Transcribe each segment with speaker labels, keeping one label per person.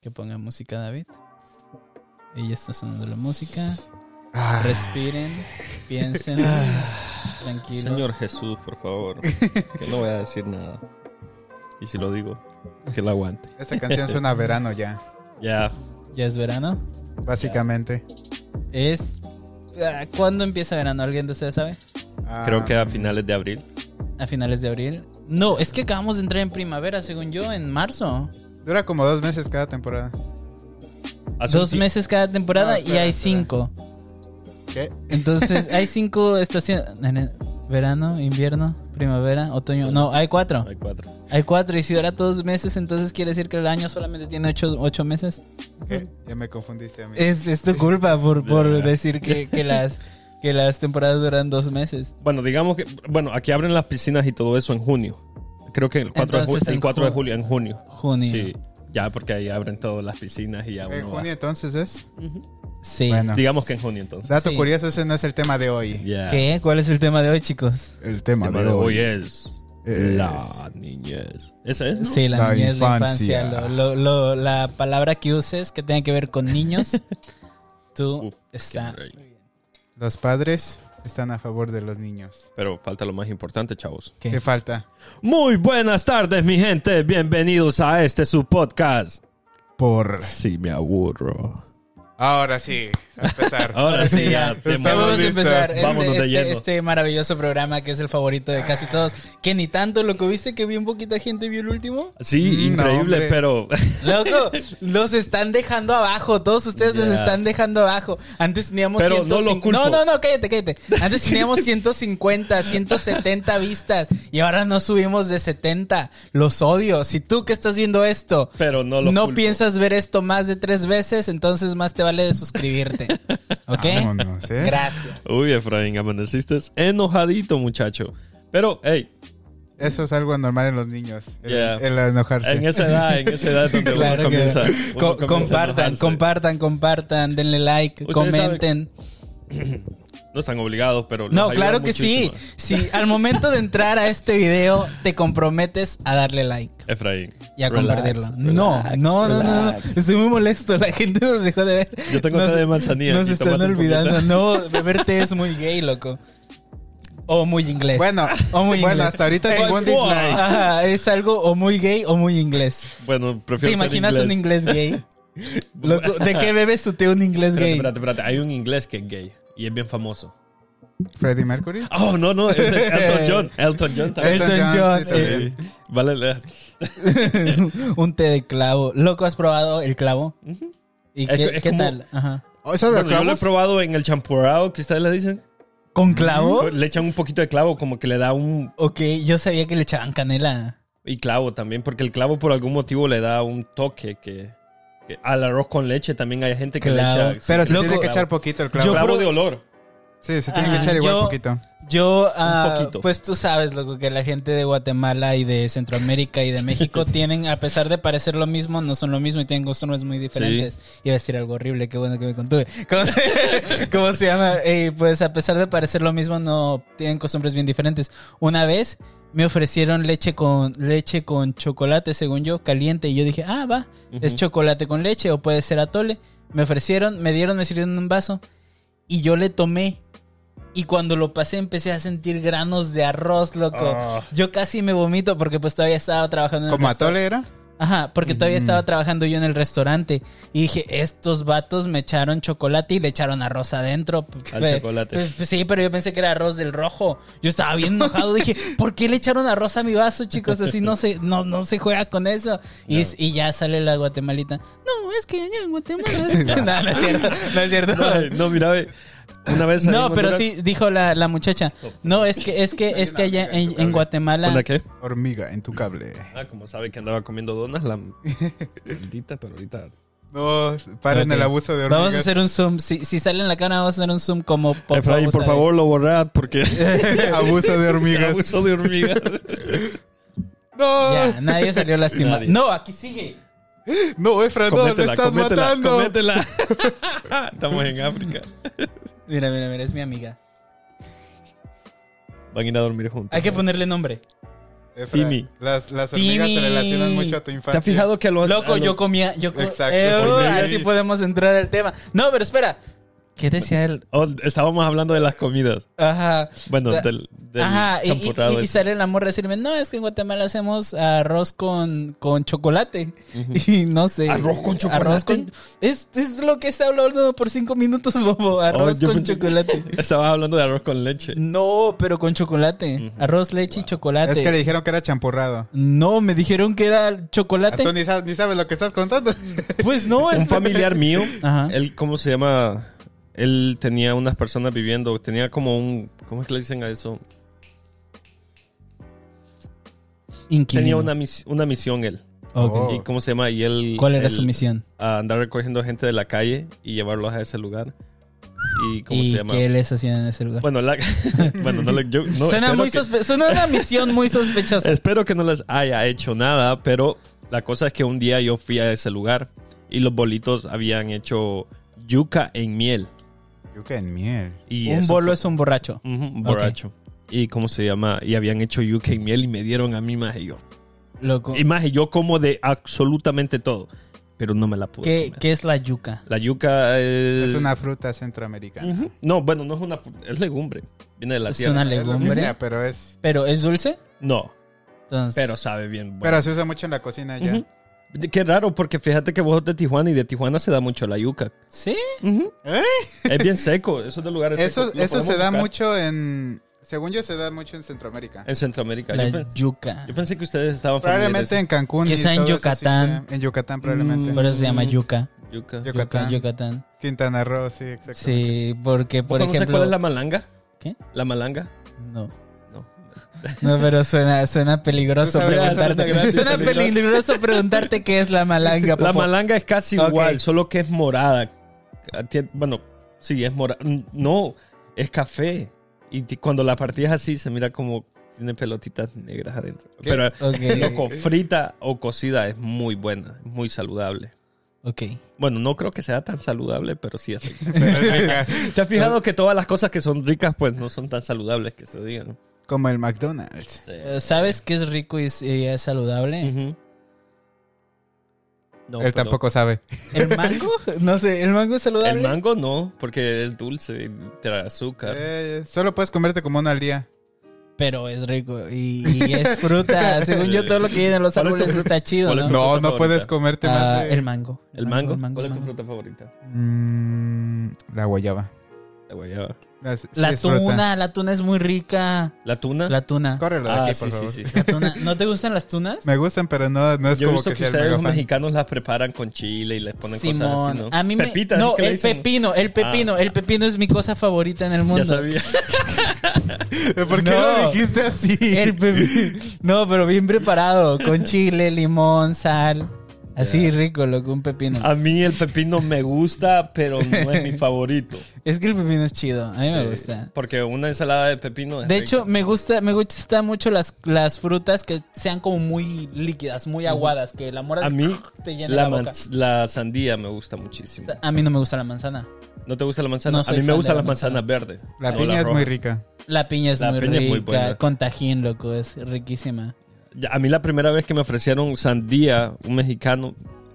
Speaker 1: que ponga música David. Y ya está sonando la música. Respiren, piensen,
Speaker 2: Ah.
Speaker 1: tranquilos.
Speaker 3: Señor Jesús, por favor. Que no voy a decir nada. Y si lo digo, que la aguante.
Speaker 2: Esta canción suena a verano ya,
Speaker 3: Ya.
Speaker 1: Ya es verano.
Speaker 2: básicamente.
Speaker 1: Es. ah, ¿Cuándo empieza verano? ¿Alguien de ustedes sabe?
Speaker 2: Ah,
Speaker 3: Creo que a finales de abril.
Speaker 1: ¿A finales de abril? No, es que acabamos de entrar en primavera, según yo, en marzo.
Speaker 2: Dura como dos meses cada temporada.
Speaker 3: Hace un
Speaker 1: Dos
Speaker 3: ti-
Speaker 1: meses cada temporada
Speaker 2: No, Ah, espera,
Speaker 1: y hay
Speaker 2: espera.
Speaker 1: cinco.
Speaker 2: ¿Qué?
Speaker 1: Entonces, hay cinco estaciones. Verano, invierno, primavera, otoño. No, hay cuatro.
Speaker 3: Hay cuatro.
Speaker 1: Hay cuatro. Y si dura dos meses, entonces quiere decir que el año solamente tiene ocho, ocho meses.
Speaker 2: ¿Qué? Ya me confundiste a mí.
Speaker 1: Es, es tu culpa por, por
Speaker 3: Ya.
Speaker 1: decir que, que las, que las temporadas duran dos meses.
Speaker 3: Bueno, digamos que. Bueno, aquí abren las piscinas y todo eso en junio. Creo que el 4, de, ju-
Speaker 1: Entonces, en
Speaker 3: el 4 de
Speaker 1: ju-
Speaker 3: julio. En junio.
Speaker 1: Junio.
Speaker 3: Sí. Ya, porque ahí abren todas las piscinas y ya
Speaker 2: ¿En
Speaker 3: uno va.
Speaker 2: junio entonces es?
Speaker 1: Sí.
Speaker 2: Bueno.
Speaker 3: Digamos que en junio entonces.
Speaker 2: Dato
Speaker 1: Sí.
Speaker 2: curioso, ese no es el tema de hoy.
Speaker 3: Ya.
Speaker 1: ¿Qué? ¿Cuál es el tema de hoy, chicos?
Speaker 2: El tema
Speaker 3: El
Speaker 2: de,
Speaker 3: tema de
Speaker 2: hoy.
Speaker 3: hoy es.
Speaker 2: es-
Speaker 3: La niñez. ¿Esa es? no?
Speaker 1: Sí, la,
Speaker 2: La
Speaker 1: niñez,
Speaker 2: infancia.
Speaker 1: la infancia. lo- lo- lo- la palabra que uses que tenga que ver con niños. Tú
Speaker 3: Uf,
Speaker 1: está.
Speaker 3: Qué rey.
Speaker 2: Los padres están a favor de los niños.
Speaker 3: Pero falta lo más importante, chavos.
Speaker 1: ¿Qué?
Speaker 2: ¿Qué falta?
Speaker 3: Muy buenas tardes, mi gente. Bienvenidos a este su podcast.
Speaker 2: Por.
Speaker 3: Sí, me aburro.
Speaker 2: Ahora sí, a empezar.
Speaker 3: Ahora sí, ya.
Speaker 2: Estamos
Speaker 1: Vamos a
Speaker 2: listos.
Speaker 1: empezar
Speaker 3: Vámonos
Speaker 1: este,
Speaker 3: de
Speaker 1: este,
Speaker 3: lleno.
Speaker 1: este maravilloso programa que es el favorito de casi todos. Que ni tanto, loco, ¿viste que bien poquita gente vio el último?
Speaker 3: Sí,
Speaker 2: Mm, no,
Speaker 3: increíble,
Speaker 2: hombre.
Speaker 3: pero
Speaker 1: Loco, los están dejando abajo. Todos ustedes
Speaker 3: Ya.
Speaker 1: los están dejando abajo. Antes teníamos
Speaker 3: Pero no lo
Speaker 1: 150
Speaker 3: culpo.
Speaker 1: No, no, no, cállate, cállate. Antes teníamos 150, 170 vistas. Y ahora no subimos de 70. Los odio. Si tú que estás viendo esto
Speaker 3: pero no lo culpo.
Speaker 1: piensas ver esto más de tres veces, entonces más te vale de suscribirte. ¿Ok?
Speaker 2: Vámonos, ¿eh?
Speaker 1: Gracias.
Speaker 3: Uy, Efraín, amaneciste enojadito, muchacho. Pero, hey,
Speaker 2: Eso es algo normal en los niños. El,
Speaker 3: Yeah.
Speaker 2: el enojarse.
Speaker 3: en esa edad, en esa edad es donde
Speaker 1: Claro
Speaker 3: uno
Speaker 1: que-
Speaker 3: comienza, uno
Speaker 1: Co-
Speaker 3: comienza a
Speaker 1: compartan,
Speaker 3: enojarse.
Speaker 1: compartan, compartan, denle like,
Speaker 3: Ustedes
Speaker 1: comenten.
Speaker 3: No están obligados, pero los
Speaker 1: No,
Speaker 3: ayuda
Speaker 1: claro que
Speaker 3: muchísimo.
Speaker 1: sí. Si al momento de entrar a este video te comprometes a darle like
Speaker 3: Efraín.
Speaker 1: y a
Speaker 3: relax,
Speaker 1: compartirlo.
Speaker 3: relax,
Speaker 1: No, no, no, no, no.
Speaker 3: relax.
Speaker 1: Estoy muy molesto. La gente nos dejó de ver.
Speaker 3: Yo tengo
Speaker 1: Nos-
Speaker 3: té de manzanilla
Speaker 1: Nos
Speaker 3: aquí,
Speaker 1: están
Speaker 3: tómate un poquito.
Speaker 1: olvidando. No, beberte es muy gay, loco. O muy inglés.
Speaker 2: Bueno,
Speaker 1: o muy
Speaker 2: bueno,
Speaker 1: inglés.
Speaker 2: hasta ahorita ningún dislike.
Speaker 1: Ajá, es algo o muy gay o muy inglés.
Speaker 3: Bueno,
Speaker 1: ¿Te
Speaker 3: prefiero ser
Speaker 1: imaginas un inglés gay? Loco, ¿De qué bebes tu té un inglés
Speaker 3: Espérate,
Speaker 1: gay?
Speaker 3: espérate, espérate. Hay un inglés que es gay y es bien famoso.
Speaker 2: Freddie Mercury.
Speaker 3: Oh, no, no, es de Elton John. Elton John también.
Speaker 1: Elton
Speaker 2: Elton John,
Speaker 1: John. eh.
Speaker 2: sí, también.
Speaker 3: Sí. Vale, la-
Speaker 1: un té de clavo. Loco, ¿has probado el clavo? ¿Y
Speaker 3: Es-
Speaker 1: qué,
Speaker 3: es
Speaker 1: qué
Speaker 3: como-
Speaker 1: tal? Ajá.
Speaker 2: Oh, ¿sabe a
Speaker 3: Bueno, yo lo he
Speaker 2: clavos?
Speaker 3: probado en el champurrado que ustedes le dicen.
Speaker 1: ¿Con
Speaker 2: ¿Oh?
Speaker 1: clavo?
Speaker 3: Le echan un poquito de clavo, como que le da un.
Speaker 1: Ok, yo sabía que le echaban canela.
Speaker 3: Y clavo también, porque el clavo por algún motivo le da un toque que. que al arroz con leche también hay gente que
Speaker 1: Clavo.
Speaker 3: le echa.
Speaker 2: Pero se
Speaker 1: Loco.
Speaker 2: tiene que echar poquito el clavo.
Speaker 1: Yo-
Speaker 3: clavo
Speaker 1: probé-
Speaker 3: de olor.
Speaker 2: Sí, se tiene que
Speaker 1: Ah,
Speaker 2: echar igual
Speaker 1: yo-
Speaker 2: poquito.
Speaker 1: Yo, ah,
Speaker 3: poquito.
Speaker 1: pues tú sabes, loco, que la gente de Guatemala y de Centroamérica y de México tienen, a pesar de parecer lo mismo, no son lo mismo y tienen costumbres muy diferentes. Iba a decir algo horrible, qué bueno que me contuve. ¿Cómo se, cómo se llama? Eh, pues a pesar de parecer lo mismo, no tienen costumbres bien diferentes. Una vez me ofrecieron leche con leche con chocolate, según yo, caliente, y yo dije, ah, va, es
Speaker 3: Ujú.
Speaker 1: chocolate con leche o puede ser atole. Me ofrecieron, me dieron, me sirvieron un vaso y yo le tomé. Y cuando lo pasé empecé a sentir granos de arroz, loco.
Speaker 3: Ah.
Speaker 1: Yo casi me vomito porque pues todavía estaba trabajando en el
Speaker 2: ¿Como
Speaker 1: restaurante.
Speaker 2: atole era?
Speaker 1: Ajá, porque todavía estaba trabajando yo en el restaurante. Y dije, estos vatos me echaron chocolate y le echaron arroz adentro. P-
Speaker 3: Al
Speaker 1: pe-
Speaker 3: chocolate.
Speaker 1: pe- pe- sí, pero yo pensé que era arroz del rojo. Yo estaba bien enojado. dije, ¿por qué le echaron arroz a mi vaso, chicos? Así no se, no, no se juega con eso. Y, s- y ya sale la guatemalita. No, es que allá en Guatemala. es-". no, no es cierto. No es cierto.
Speaker 3: Ay, No, mira, ve, una vez. ahí
Speaker 1: No,
Speaker 3: en
Speaker 1: pero
Speaker 3: Honduras-
Speaker 1: sí, dijo la, la muchacha. No, es que, es que, es que allá en, en Guatemala.
Speaker 3: ¿Onda qué?
Speaker 2: Hormiga en tu cable.
Speaker 3: Ah, como sabe que andaba comiendo donas, la maldita, pero ahorita.
Speaker 2: No, paren
Speaker 1: Espérate.
Speaker 2: el abuso de hormigas.
Speaker 1: Vamos a hacer un zoom. Si, si sale en la cámara, vamos a hacer un zoom como por
Speaker 3: Efraín, por favor, lo borrad porque.
Speaker 2: abuso de hormigas.
Speaker 3: abuso de hormigas.
Speaker 2: No,
Speaker 1: Ya, nadie salió lastimado.
Speaker 3: Nadie.
Speaker 1: No, aquí sigue.
Speaker 2: no, Efra, no, me estás matando.
Speaker 3: cométela. Estamos en África.
Speaker 1: Mira, mira, mira, es mi amiga.
Speaker 3: Van a ir a dormir juntos.
Speaker 1: Hay que ponerle nombre.
Speaker 2: Efra,
Speaker 3: Timmy.
Speaker 2: Las, las hormigas se
Speaker 1: Timmy.
Speaker 2: relacionan mucho a tu infancia.
Speaker 3: ¿Te has fijado que a los...
Speaker 1: Loco,
Speaker 3: a los-
Speaker 1: yo comía. Yo co-
Speaker 2: Exacto,
Speaker 1: Eh,
Speaker 2: porque-
Speaker 1: uy, así podemos entrar al tema. No, pero espera. ¿Qué decía él?
Speaker 3: Oh, estábamos hablando de las comidas.
Speaker 1: Ajá.
Speaker 3: Bueno,
Speaker 1: Da-
Speaker 3: del, del
Speaker 1: Ajá, y, y-
Speaker 3: champurrado
Speaker 1: y- y
Speaker 3: ese.
Speaker 1: sale la morra a decirme, no, es que en Guatemala hacemos arroz con, con chocolate. Y no sé.
Speaker 3: ¿Arroz con chocolate?
Speaker 1: Arroz con- es, es lo que se ha hablado por cinco minutos, bobo. Arroz
Speaker 3: Oh, yo
Speaker 1: con
Speaker 3: pensé-
Speaker 1: chocolate.
Speaker 3: Estabas hablando de arroz con leche.
Speaker 1: No, pero con chocolate. Arroz, leche y chocolate.
Speaker 2: Es que le dijeron que era champurrado.
Speaker 1: No, me dijeron que era chocolate.
Speaker 2: Tú ni sabes, ni sabes lo que estás contando.
Speaker 1: Pues no, es
Speaker 3: Un familiar mío,
Speaker 1: Ajá.
Speaker 3: él, ¿cómo se llama? Él tenía unas personas viviendo, tenía como un... ¿Cómo es que le dicen a eso? Tenía
Speaker 1: Inquilino.
Speaker 3: una, mis- una misión él.
Speaker 1: Ok.
Speaker 2: Oh.
Speaker 3: ¿Y cómo se llama? Y él...
Speaker 1: ¿Cuál era
Speaker 3: él,
Speaker 1: su misión?
Speaker 3: a andar recogiendo gente de la calle y llevarlos a ese lugar. ¿Y cómo
Speaker 1: ¿Y
Speaker 3: se llama?
Speaker 1: qué les hacían en ese lugar?
Speaker 3: Bueno, la... bueno, no le... yo- no,
Speaker 1: suena,
Speaker 3: espero
Speaker 1: muy
Speaker 3: que-
Speaker 1: sospe- suena una misión muy sospechosa.
Speaker 3: Espero que no les haya hecho nada, pero la cosa es que un día yo fui a ese lugar y los bolitos habían hecho yuca en miel.
Speaker 2: Yuca en miel.
Speaker 3: Y
Speaker 1: un
Speaker 3: eso
Speaker 1: bolo
Speaker 3: fue-
Speaker 1: es un borracho.
Speaker 3: Ujú, un borracho. Y cómo se llama, y habían hecho yuca en miel y me dieron a mí más y yo.
Speaker 1: Loco.
Speaker 3: Y más y yo como de absolutamente todo, pero no me la pude.
Speaker 1: ¿Qué,
Speaker 3: comer.
Speaker 1: qué es la yuca?
Speaker 3: La yuca es...
Speaker 2: Es una fruta centroamericana.
Speaker 3: Ujú. No, bueno, no es una... fru- Es legumbre. Viene de la
Speaker 1: Es
Speaker 3: tierra.
Speaker 1: una
Speaker 2: Es lo que
Speaker 1: legumbre.
Speaker 2: sea, pero es.
Speaker 1: ¿Pero es dulce?
Speaker 3: No,
Speaker 1: Entonces,
Speaker 3: pero sabe bien. bueno.
Speaker 2: Pero se usa mucho en la cocina ya.
Speaker 3: Ujú. Qué raro, porque fíjate que vos sos de Tijuana y de Tijuana se da mucho la yuca.
Speaker 1: ¿Sí?
Speaker 3: Ujú.
Speaker 2: ¿Eh?
Speaker 3: Es bien seco, esos de lugares
Speaker 2: Eso,
Speaker 3: secos, lo
Speaker 2: eso
Speaker 3: podemos
Speaker 2: se da
Speaker 3: buscar
Speaker 2: mucho en. Según yo, se da mucho en Centroamérica.
Speaker 3: En Centroamérica.
Speaker 1: La
Speaker 3: Yo, pen-
Speaker 1: yuca.
Speaker 3: yo pensé que ustedes estaban
Speaker 2: Probablemente
Speaker 3: familiarizados.
Speaker 2: en Cancún.
Speaker 1: Quizá en
Speaker 2: todo eso sí
Speaker 1: Yucatán. Mm,
Speaker 2: sea- en Yucatán, probablemente.
Speaker 1: Por eso se llama yuca.
Speaker 3: yuca.
Speaker 2: Yo-
Speaker 1: Yucatán.
Speaker 2: Yucatán.
Speaker 1: Yucatán.
Speaker 2: Quintana Roo, sí, exacto.
Speaker 1: Sí, porque, por
Speaker 3: ¿Vos conocés
Speaker 1: ejemplo...
Speaker 3: cuál es la malanga?
Speaker 1: ¿Qué?
Speaker 3: ¿La malanga?
Speaker 1: No.
Speaker 3: No.
Speaker 1: No, pero suena, suena peligroso
Speaker 2: Tú sabes,
Speaker 1: preguntarte.
Speaker 3: suena grande y
Speaker 1: Suena
Speaker 3: peligroso.
Speaker 1: peligroso preguntarte qué es la malanga.
Speaker 3: La
Speaker 1: popo.
Speaker 3: malanga es casi
Speaker 1: Ok.
Speaker 3: igual, solo que es morada. Ah, Tien- Bueno, sí, es morada. No, es café. Y ti- cuando la partías así, se mira como tiene pelotitas negras adentro.
Speaker 2: ¿Qué?
Speaker 3: Pero
Speaker 1: Ok.
Speaker 3: loco, frita o cocida es muy buena, muy saludable.
Speaker 1: Ok.
Speaker 3: Bueno, no creo que sea tan saludable, pero sí es rica.
Speaker 2: Pero es rica.
Speaker 3: ¿Te has fijado que todas las cosas que son ricas, pues no son tan saludables que se digan?
Speaker 2: Como el McDonald's.
Speaker 1: Eh, ¿Sabes qué es rico y es, y es saludable?
Speaker 3: Ujú. No,
Speaker 2: Él
Speaker 3: pero-
Speaker 2: tampoco sabe.
Speaker 1: ¿El mango? No sé, ¿el mango es saludable?
Speaker 3: El mango no, porque es dulce, y trae azúcar.
Speaker 2: Eh, solo puedes comerte como uno al día.
Speaker 1: Pero es rico y, y es fruta. Según
Speaker 3: Sí.
Speaker 1: yo, todo lo que viene en los
Speaker 3: ¿Cuál es tu
Speaker 1: árboles
Speaker 3: fruta?
Speaker 1: está chido,
Speaker 3: ¿Cuál es
Speaker 1: ¿no?
Speaker 3: tu fruta
Speaker 2: No, no
Speaker 3: favorita?
Speaker 2: puedes comerte
Speaker 1: Ah,
Speaker 2: más. de-
Speaker 1: el mango.
Speaker 3: ¿El mango?
Speaker 1: el mango,
Speaker 3: ¿Cuál es tu
Speaker 1: el mango.
Speaker 3: fruta favorita?
Speaker 2: Mm, la guayaba.
Speaker 3: La guayaba.
Speaker 2: La, sí
Speaker 1: La
Speaker 2: es fruta.
Speaker 1: tuna, la tuna es muy rica.
Speaker 3: ¿La tuna?
Speaker 1: La tuna.
Speaker 2: Córrelo de
Speaker 3: Ah,
Speaker 2: aquí,
Speaker 3: sí,
Speaker 2: por favor.
Speaker 3: sí, sí, sí.
Speaker 1: Tuna. ¿No te gustan las tunas?
Speaker 2: Me gustan, pero no, no es
Speaker 3: Yo he
Speaker 2: como
Speaker 3: visto
Speaker 2: que,
Speaker 3: que,
Speaker 2: sea el
Speaker 3: ustedes
Speaker 2: mega
Speaker 3: los
Speaker 2: fan.
Speaker 3: mexicanos las preparan con chile y les ponen cosas así, ¿no?
Speaker 1: A mí me...
Speaker 3: Pepitas,
Speaker 1: no, eh,
Speaker 3: ¿qué le
Speaker 1: el
Speaker 3: dicen? Ah.
Speaker 1: pepino, el pepino, el pepino es mi cosa favorita en el mundo.
Speaker 3: Ya sabía.
Speaker 2: ¿Por qué
Speaker 1: No.
Speaker 2: lo dijiste así?
Speaker 1: El pepino. No, pero bien preparado, con chile, limón, sal. Así rico, loco, un pepino.
Speaker 3: A mí el pepino me gusta, pero no es mi favorito.
Speaker 1: Es que el pepino es chido, a mí me
Speaker 3: Sí,
Speaker 1: gusta.
Speaker 3: Porque una ensalada de pepino es
Speaker 1: De
Speaker 3: rica.
Speaker 1: hecho, me gusta, me gusta mucho las, las frutas que sean como muy líquidas, muy aguadas, que la mora
Speaker 3: a mí
Speaker 1: te llena
Speaker 3: la,
Speaker 1: la, boca.
Speaker 3: man- la sandía me gusta muchísimo.
Speaker 1: A mí no me gusta la manzana.
Speaker 3: ¿No te gusta la manzana?
Speaker 1: No
Speaker 3: a
Speaker 1: soy
Speaker 3: mí me
Speaker 1: fan de
Speaker 3: gustan
Speaker 1: la
Speaker 3: las manzanas verdes.
Speaker 2: La
Speaker 3: No,
Speaker 2: piña es
Speaker 3: roja.
Speaker 2: muy rica.
Speaker 1: La piña es
Speaker 3: La
Speaker 1: muy
Speaker 3: piña es
Speaker 1: rica,
Speaker 3: muy buena.
Speaker 1: con tajín, loco, es riquísima.
Speaker 3: Ya, A mí la primera vez que me ofrecieron sandía, un mexicano...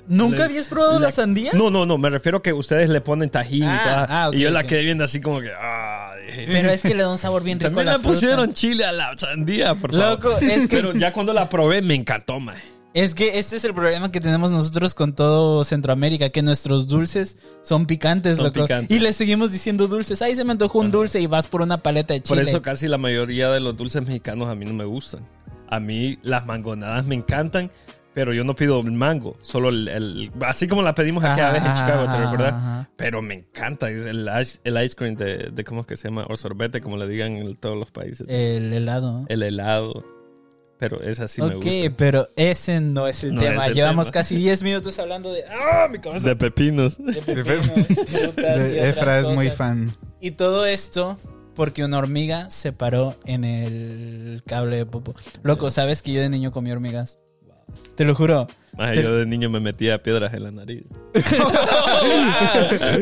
Speaker 1: ¿Nunca
Speaker 3: Le-
Speaker 1: habías probado la,
Speaker 3: la-
Speaker 1: sandía?
Speaker 3: No, no, no, me refiero que ustedes le ponen tajín
Speaker 1: Ah,
Speaker 3: y tal.
Speaker 1: ah, ok,
Speaker 3: y yo la
Speaker 1: ok.
Speaker 3: quedé viendo así como que... ah, dije,
Speaker 1: Pero es que le da un sabor bien rico
Speaker 3: También
Speaker 1: a la
Speaker 3: le
Speaker 1: fruta.
Speaker 3: pusieron chile a la sandía, por favor.
Speaker 1: Loco, es que-
Speaker 3: Pero ya cuando la probé me encantó, man.
Speaker 1: Es que este es el problema que tenemos nosotros con todo Centroamérica, que nuestros dulces son picantes,
Speaker 3: Son
Speaker 1: loco.
Speaker 3: picantes.
Speaker 1: Y les seguimos diciendo dulces. Ay, se me antojó un dulce y vas por una paleta de
Speaker 3: Por
Speaker 1: chile.
Speaker 3: eso casi la mayoría de los dulces mexicanos a mí no me gustan. A mí las mangonadas me encantan, pero yo no pido el mango, solo el, el- así como la pedimos aquella
Speaker 1: Ajá,
Speaker 3: vez en Chicago, ¿te
Speaker 1: ajá,
Speaker 3: recuerdas?
Speaker 1: ajá.
Speaker 3: Pero me encanta es el ice, el ice cream de, de cómo es que se llama o sorbete, como le digan en todos los países.
Speaker 1: El helado.
Speaker 3: El helado. Pero esa sí
Speaker 1: ok,
Speaker 3: me gusta.
Speaker 1: pero ese no es el
Speaker 3: No
Speaker 1: tema.
Speaker 3: es el
Speaker 1: Llevamos
Speaker 3: tema.
Speaker 1: casi 10 minutos hablando de. ¡Ah, mi cabeza!
Speaker 3: De pepinos.
Speaker 1: De pepinos, frutas y
Speaker 2: De- Efra
Speaker 1: otras
Speaker 2: es muy
Speaker 1: cosas.
Speaker 2: fan.
Speaker 1: Y todo esto porque una hormiga se paró en el cable de popo. Loco, ¿sabes que yo de niño comí hormigas? Te lo juro.
Speaker 3: Maje,
Speaker 1: Pero-
Speaker 3: yo de niño me metía piedras en la nariz.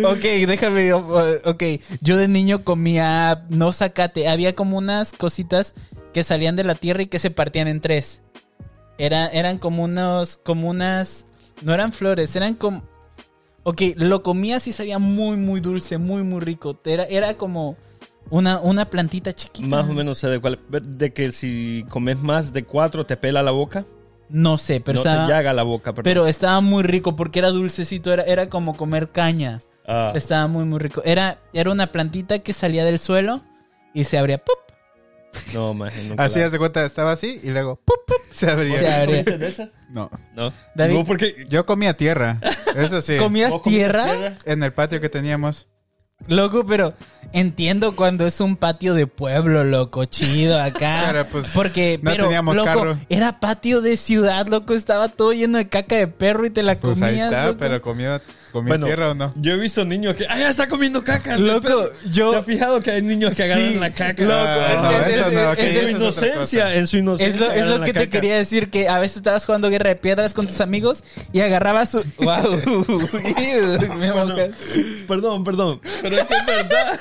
Speaker 1: ok, déjame. uh, Ok, yo de niño comía no zacate. Había como unas cositas que salían de la tierra y que se partían en tres. Era, eran como unos, como unas, no eran flores, eran como... Ok, lo comías y sabía muy, muy dulce, muy, muy rico. Era, era como una, una plantita chiquita.
Speaker 3: Más o menos sé de cuál. De que si comes más de cuatro te pela la boca.
Speaker 1: No sé, pero,
Speaker 3: no
Speaker 1: estaba,
Speaker 3: te llaga la boca, perdón.
Speaker 1: pero estaba muy rico porque era dulcecito, era, era como comer caña.
Speaker 3: Ah,
Speaker 1: Estaba muy, muy rico. Era, era una plantita que salía del suelo y se abría. ¡pup!
Speaker 3: no, maje, nunca
Speaker 2: Así
Speaker 3: la-
Speaker 2: haz de cuenta, estaba así y luego ¡pup, pup! se abría.
Speaker 1: Se abría.
Speaker 3: ¿Comiste de esa?
Speaker 2: No,
Speaker 3: No.
Speaker 1: David.
Speaker 3: No, porque...
Speaker 2: yo comía tierra. Eso sí. Oh,
Speaker 1: ¿Comías
Speaker 3: ¿Vos comiste
Speaker 1: tierra?
Speaker 2: En el patio que teníamos.
Speaker 1: Loco, pero entiendo cuando es un patio de pueblo, loco, chido acá.
Speaker 2: Pero, pues,
Speaker 1: porque,
Speaker 2: no
Speaker 1: pero,
Speaker 2: teníamos
Speaker 1: loco,
Speaker 2: carro.
Speaker 1: era patio de ciudad, loco, estaba todo lleno de caca de perro y te la
Speaker 2: Pues
Speaker 1: comías,
Speaker 2: ahí está,
Speaker 1: loco.
Speaker 2: pero comió, comió
Speaker 3: Bueno,
Speaker 2: tierra o no.
Speaker 3: Yo he visto niños que... ¡Ah, ya está comiendo caca!
Speaker 1: Loco, yo-
Speaker 3: ¿Te has fijado que hay niños que agarran
Speaker 1: Sí,
Speaker 3: la caca?
Speaker 1: loco,
Speaker 2: Ah,
Speaker 1: es- es-
Speaker 2: eso no,
Speaker 1: es-
Speaker 2: ok,
Speaker 1: es-
Speaker 2: eso
Speaker 3: en su
Speaker 2: es otra cosa.
Speaker 3: inocencia, en su inocencia.
Speaker 1: Es lo, es
Speaker 3: agarran
Speaker 1: lo
Speaker 3: la
Speaker 1: que te
Speaker 3: caca.
Speaker 1: quería decir, que a veces estabas jugando guerra de piedras con tus amigos y agarrabas su... ¡Wow! Me
Speaker 3: Bueno,
Speaker 1: mojas.
Speaker 3: perdón, perdón. Pero es que es verdad.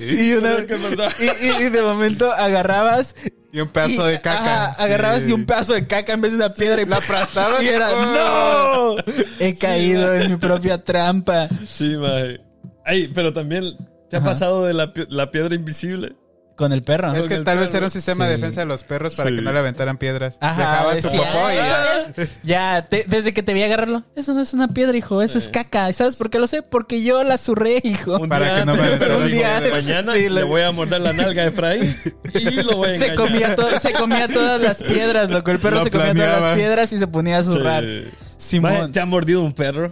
Speaker 1: y, una-
Speaker 3: Pero es que es verdad.
Speaker 1: y, y- y de momento agarrabas...
Speaker 2: Y un pedazo
Speaker 1: y-
Speaker 2: de caca.
Speaker 1: ajá, agarrabas
Speaker 2: Sí.
Speaker 1: y un pedazo de caca en vez de una piedra y
Speaker 2: La aplastabas.
Speaker 1: Y era, ¡No!
Speaker 2: ¡Oh!
Speaker 1: He caído en mi propia trampa.
Speaker 3: Sí, maje. Ay, pero también... ¿Te ha
Speaker 1: Ajá.
Speaker 3: pasado de la, pi- la piedra invisible?
Speaker 1: Con el perro.
Speaker 2: Es
Speaker 3: Con
Speaker 2: que
Speaker 3: el
Speaker 2: tal vez
Speaker 3: perro.
Speaker 2: era un sistema de
Speaker 1: Sí.
Speaker 2: defensa de los perros para
Speaker 3: Sí.
Speaker 2: que no le aventaran piedras.
Speaker 1: Ajá,
Speaker 2: Dejaban su
Speaker 1: decía,
Speaker 2: popó y
Speaker 1: "Ah, eso es- Ya, te- desde que te vi agarrarlo, eso no es una piedra, hijo, eso
Speaker 3: Sí.
Speaker 1: es caca. ¿Y sabes por qué lo sé? Porque yo la zurré, hijo.
Speaker 3: Un
Speaker 2: Para
Speaker 3: día
Speaker 2: que no me
Speaker 3: antes,
Speaker 2: aventara
Speaker 3: pero un
Speaker 1: el
Speaker 3: día
Speaker 1: golpe.
Speaker 3: antes. mañana
Speaker 1: Sí,
Speaker 3: le
Speaker 1: lo-
Speaker 3: voy a morder la nalga a Efraín y lo voy a engañar.
Speaker 1: Se comía, to- se comía todas las piedras, loco. El perro
Speaker 2: Lo
Speaker 1: se comía todas las
Speaker 2: planeaba.
Speaker 1: piedras y se ponía a
Speaker 3: Sí.
Speaker 1: zurrar.
Speaker 3: Maje,
Speaker 1: Simón.
Speaker 3: ¿Te ha mordido un perro?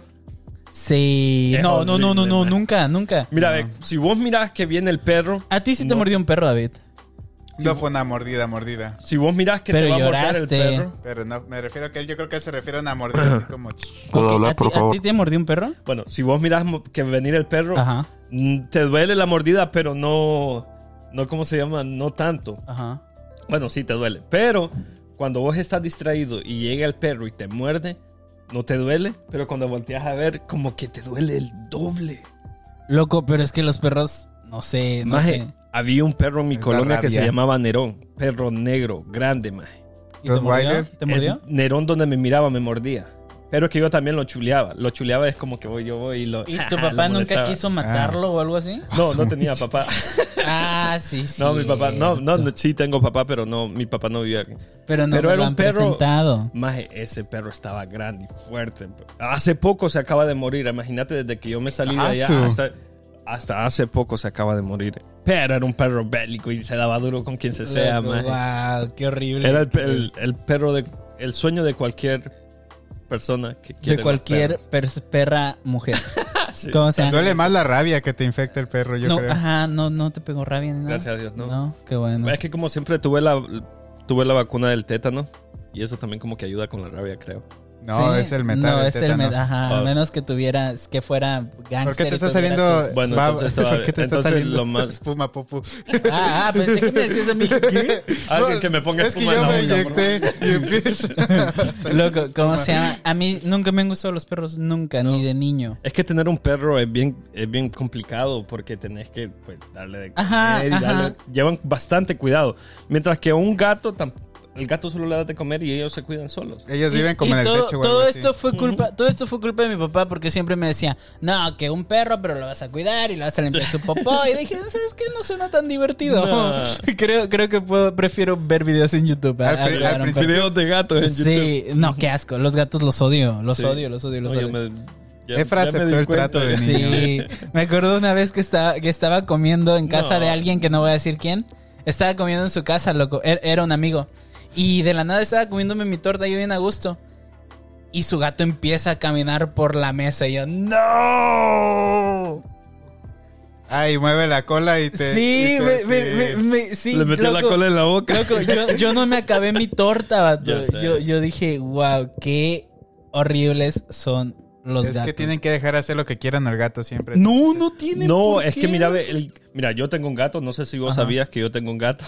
Speaker 1: Sí.
Speaker 3: Es
Speaker 1: No, no, no, no,
Speaker 3: horrible,
Speaker 1: no,
Speaker 3: man.
Speaker 1: nunca, nunca.
Speaker 3: Mira, ve, si vos mirás que viene el perro,
Speaker 1: A ti sí te
Speaker 3: No.
Speaker 1: mordió un perro, David.
Speaker 2: No fue una mordida, mordida.
Speaker 3: si vos mirás que te
Speaker 1: Pero
Speaker 3: va a morder el
Speaker 1: lloraste.
Speaker 3: perro,
Speaker 2: Pero no, me refiero a que él, yo creo que se refiere a una mordida así como... ch-
Speaker 4: ¿Puedo
Speaker 1: Ok,
Speaker 4: hablar,
Speaker 1: ¿a, ti,
Speaker 4: por
Speaker 1: a
Speaker 4: favor?
Speaker 1: ti te mordió un perro?
Speaker 3: bueno, si vos mirás mo- que venir el perro,
Speaker 1: Ajá,
Speaker 3: mm, te duele la mordida, pero no, no, ¿cómo se llama? No tanto.
Speaker 1: ajá.
Speaker 3: Bueno, sí te duele, pero cuando vos estás distraído y llega el perro y te muerde, no te duele, pero cuando volteas a ver, como que te duele el doble.
Speaker 1: Loco, pero es que los perros, no sé, no
Speaker 3: Maje,
Speaker 1: sé.
Speaker 3: había un perro en mi
Speaker 2: Es la
Speaker 3: colonia que se
Speaker 2: rabia.
Speaker 3: llamaba Nerón, perro negro, grande, maje.
Speaker 1: ¿Y te mordió?
Speaker 2: Rottweiler.
Speaker 1: ¿Te mordió?
Speaker 3: El Nerón donde me miraba me mordía. Pero es que yo también lo chuleaba. Lo chuleaba es como que voy, yo voy y lo...
Speaker 1: ¿Y tu
Speaker 3: lo
Speaker 1: papá nunca
Speaker 3: molestaba. Ah.
Speaker 1: quiso matarlo o algo así?
Speaker 3: No, no tenía papá.
Speaker 1: Ah, sí, sí.
Speaker 3: No, mi papá. No, no, no, sí tengo papá, pero no, mi papá no vivía aquí.
Speaker 1: Pero no
Speaker 3: pero
Speaker 1: me
Speaker 3: era
Speaker 1: lo
Speaker 3: un
Speaker 1: han
Speaker 3: perro-
Speaker 1: presentado.
Speaker 3: Maje, ese perro estaba grande y fuerte. Hace poco se acaba de morir. Imagínate, desde que yo me salí de allá
Speaker 2: Asu.
Speaker 3: hasta, hasta hace poco se acaba de morir. Pero era un perro bélico y se daba duro con quien se sea, maje.
Speaker 1: Wow, qué horrible.
Speaker 3: Era el, el- el perro de... El sueño de cualquier persona que quiere
Speaker 1: de
Speaker 3: los
Speaker 1: cualquier
Speaker 3: perros.
Speaker 1: pers- perra mujer.
Speaker 3: Sí.
Speaker 1: ¿Cómo se llama?
Speaker 2: Duele más la rabia que te infecta el perro, yo
Speaker 1: no,
Speaker 2: creo.
Speaker 1: ajá, no, no te pegó rabia ni nada.
Speaker 3: Gracias a Dios, no.
Speaker 1: No, qué bueno.
Speaker 3: Es que como siempre tuve la, tuve la vacuna del tétano y eso también como que ayuda con la rabia, creo.
Speaker 2: No,
Speaker 1: Sí,
Speaker 2: es el metal.
Speaker 1: No,
Speaker 2: el
Speaker 1: es el
Speaker 2: tétanos.
Speaker 1: metal. Ajá, a
Speaker 3: Ah.
Speaker 1: menos que tuvieras, que fuera gangster.
Speaker 2: ¿Por qué
Speaker 1: y
Speaker 2: te está
Speaker 1: tuvieras
Speaker 2: saliendo,
Speaker 1: sus-
Speaker 3: Bueno,
Speaker 2: va-
Speaker 3: entonces todavía-
Speaker 2: ¿por qué te está
Speaker 3: entonces
Speaker 2: saliendo
Speaker 3: lo más-
Speaker 2: espuma, popu?
Speaker 1: Ah, ah, pensé que me decías a mí. ¿qué?
Speaker 3: Alguien
Speaker 2: No,
Speaker 3: que me ponga
Speaker 2: Es que
Speaker 3: espuma en
Speaker 2: yo
Speaker 3: la
Speaker 2: me
Speaker 3: boca,
Speaker 2: inyecté y empiezo.
Speaker 1: Loco, ¿cómo se llama? A mí nunca me han gustado los perros, nunca, ni de niño.
Speaker 3: Es que tener un perro es bien, es bien complicado porque tenés que pues, darle de comer
Speaker 1: Ajá,
Speaker 3: y darle-
Speaker 1: ajá.
Speaker 3: Llevan bastante cuidado. Mientras que un gato, tam- el gato solo le da de comer y ellos se cuidan solos.
Speaker 2: Ellos
Speaker 1: Y-
Speaker 2: viven como
Speaker 1: y
Speaker 2: en el
Speaker 1: todo,
Speaker 2: techo, güey.
Speaker 1: todo esto fue culpa todo esto fue culpa de mi papá porque siempre me decía no que un perro pero lo vas a cuidar y lo vas a limpiar su popó y dije sabes qué? no suena tan divertido
Speaker 3: No.
Speaker 1: creo creo que puedo prefiero ver videos en YouTube a-
Speaker 2: Al
Speaker 1: a
Speaker 2: pri-
Speaker 1: grabar
Speaker 2: al
Speaker 1: un
Speaker 2: principio-
Speaker 3: Videos de gatos
Speaker 1: perro.
Speaker 3: en YouTube.
Speaker 1: sí no qué asco los gatos los odio los
Speaker 3: Sí.
Speaker 1: odio los odio los
Speaker 3: No, yo
Speaker 1: odio
Speaker 3: me- ya-
Speaker 2: Efra
Speaker 3: ya me di
Speaker 2: aceptó el
Speaker 3: cuenta
Speaker 2: trato de niño.
Speaker 1: Sí, me acuerdo una vez que estaba, que estaba comiendo en casa
Speaker 3: No.
Speaker 1: de alguien que no voy a decir quién. Estaba comiendo en su casa, loco. Er- Era un amigo. Y de la nada estaba comiéndome mi torta, yo bien a gusto. Y su gato empieza a caminar por la mesa. Y yo, ¡No!
Speaker 2: Ay, mueve la cola y te.
Speaker 1: Sí,
Speaker 2: y te-
Speaker 1: me- me-
Speaker 2: sí.
Speaker 1: me- me- sí,
Speaker 3: Le metió la
Speaker 1: loco.
Speaker 3: cola en la boca.
Speaker 1: Loco, yo, yo no me acabé mi torta, vato.
Speaker 3: Ya sé.
Speaker 1: Yo, yo dije, wow, qué horribles son los
Speaker 2: es
Speaker 1: gatos.
Speaker 2: que tienen que dejar hacer lo que quieran al gato siempre.
Speaker 1: No, no tienen.
Speaker 3: No,
Speaker 1: por
Speaker 3: es
Speaker 1: qué.
Speaker 3: que mira, ve, el- mira, yo tengo un gato, no sé si vos
Speaker 1: Ajá.
Speaker 3: sabías que yo tengo un gato.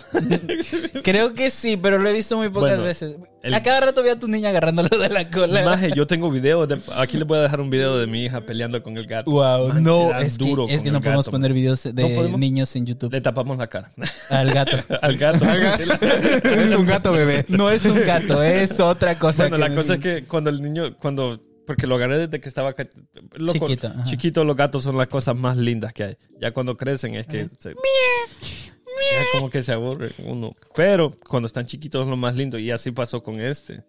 Speaker 1: Creo que sí, pero lo he visto muy pocas
Speaker 3: Bueno,
Speaker 1: veces.
Speaker 3: el-
Speaker 1: A cada rato veo a tu niña agarrándolo de la cola.
Speaker 3: Maje, yo tengo videos, de- aquí les voy a dejar un video de mi hija peleando con el gato.
Speaker 1: Wow,
Speaker 3: Maje, se
Speaker 1: no,
Speaker 3: dan
Speaker 1: es que,
Speaker 3: duro
Speaker 1: es
Speaker 3: con
Speaker 1: que
Speaker 3: el
Speaker 1: no podemos
Speaker 3: gato,
Speaker 1: poner
Speaker 3: man.
Speaker 1: videos de
Speaker 3: No podemos.
Speaker 1: niños en YouTube
Speaker 3: Le tapamos la cara.
Speaker 1: al gato.
Speaker 3: Al gato.
Speaker 2: es un gato bebé.
Speaker 1: No es un gato, es otra cosa.
Speaker 3: bueno, la
Speaker 1: no
Speaker 3: cosa es que cuando el niño, cuando, porque lo agarré desde que estaba ca- loco,
Speaker 1: Chiquito, ajá.
Speaker 3: chiquito, los gatos son las cosas más lindas que hay. Ya cuando crecen es que se- ya como que se aburre uno. Pero cuando están chiquitos son lo más lindo y así pasó con este.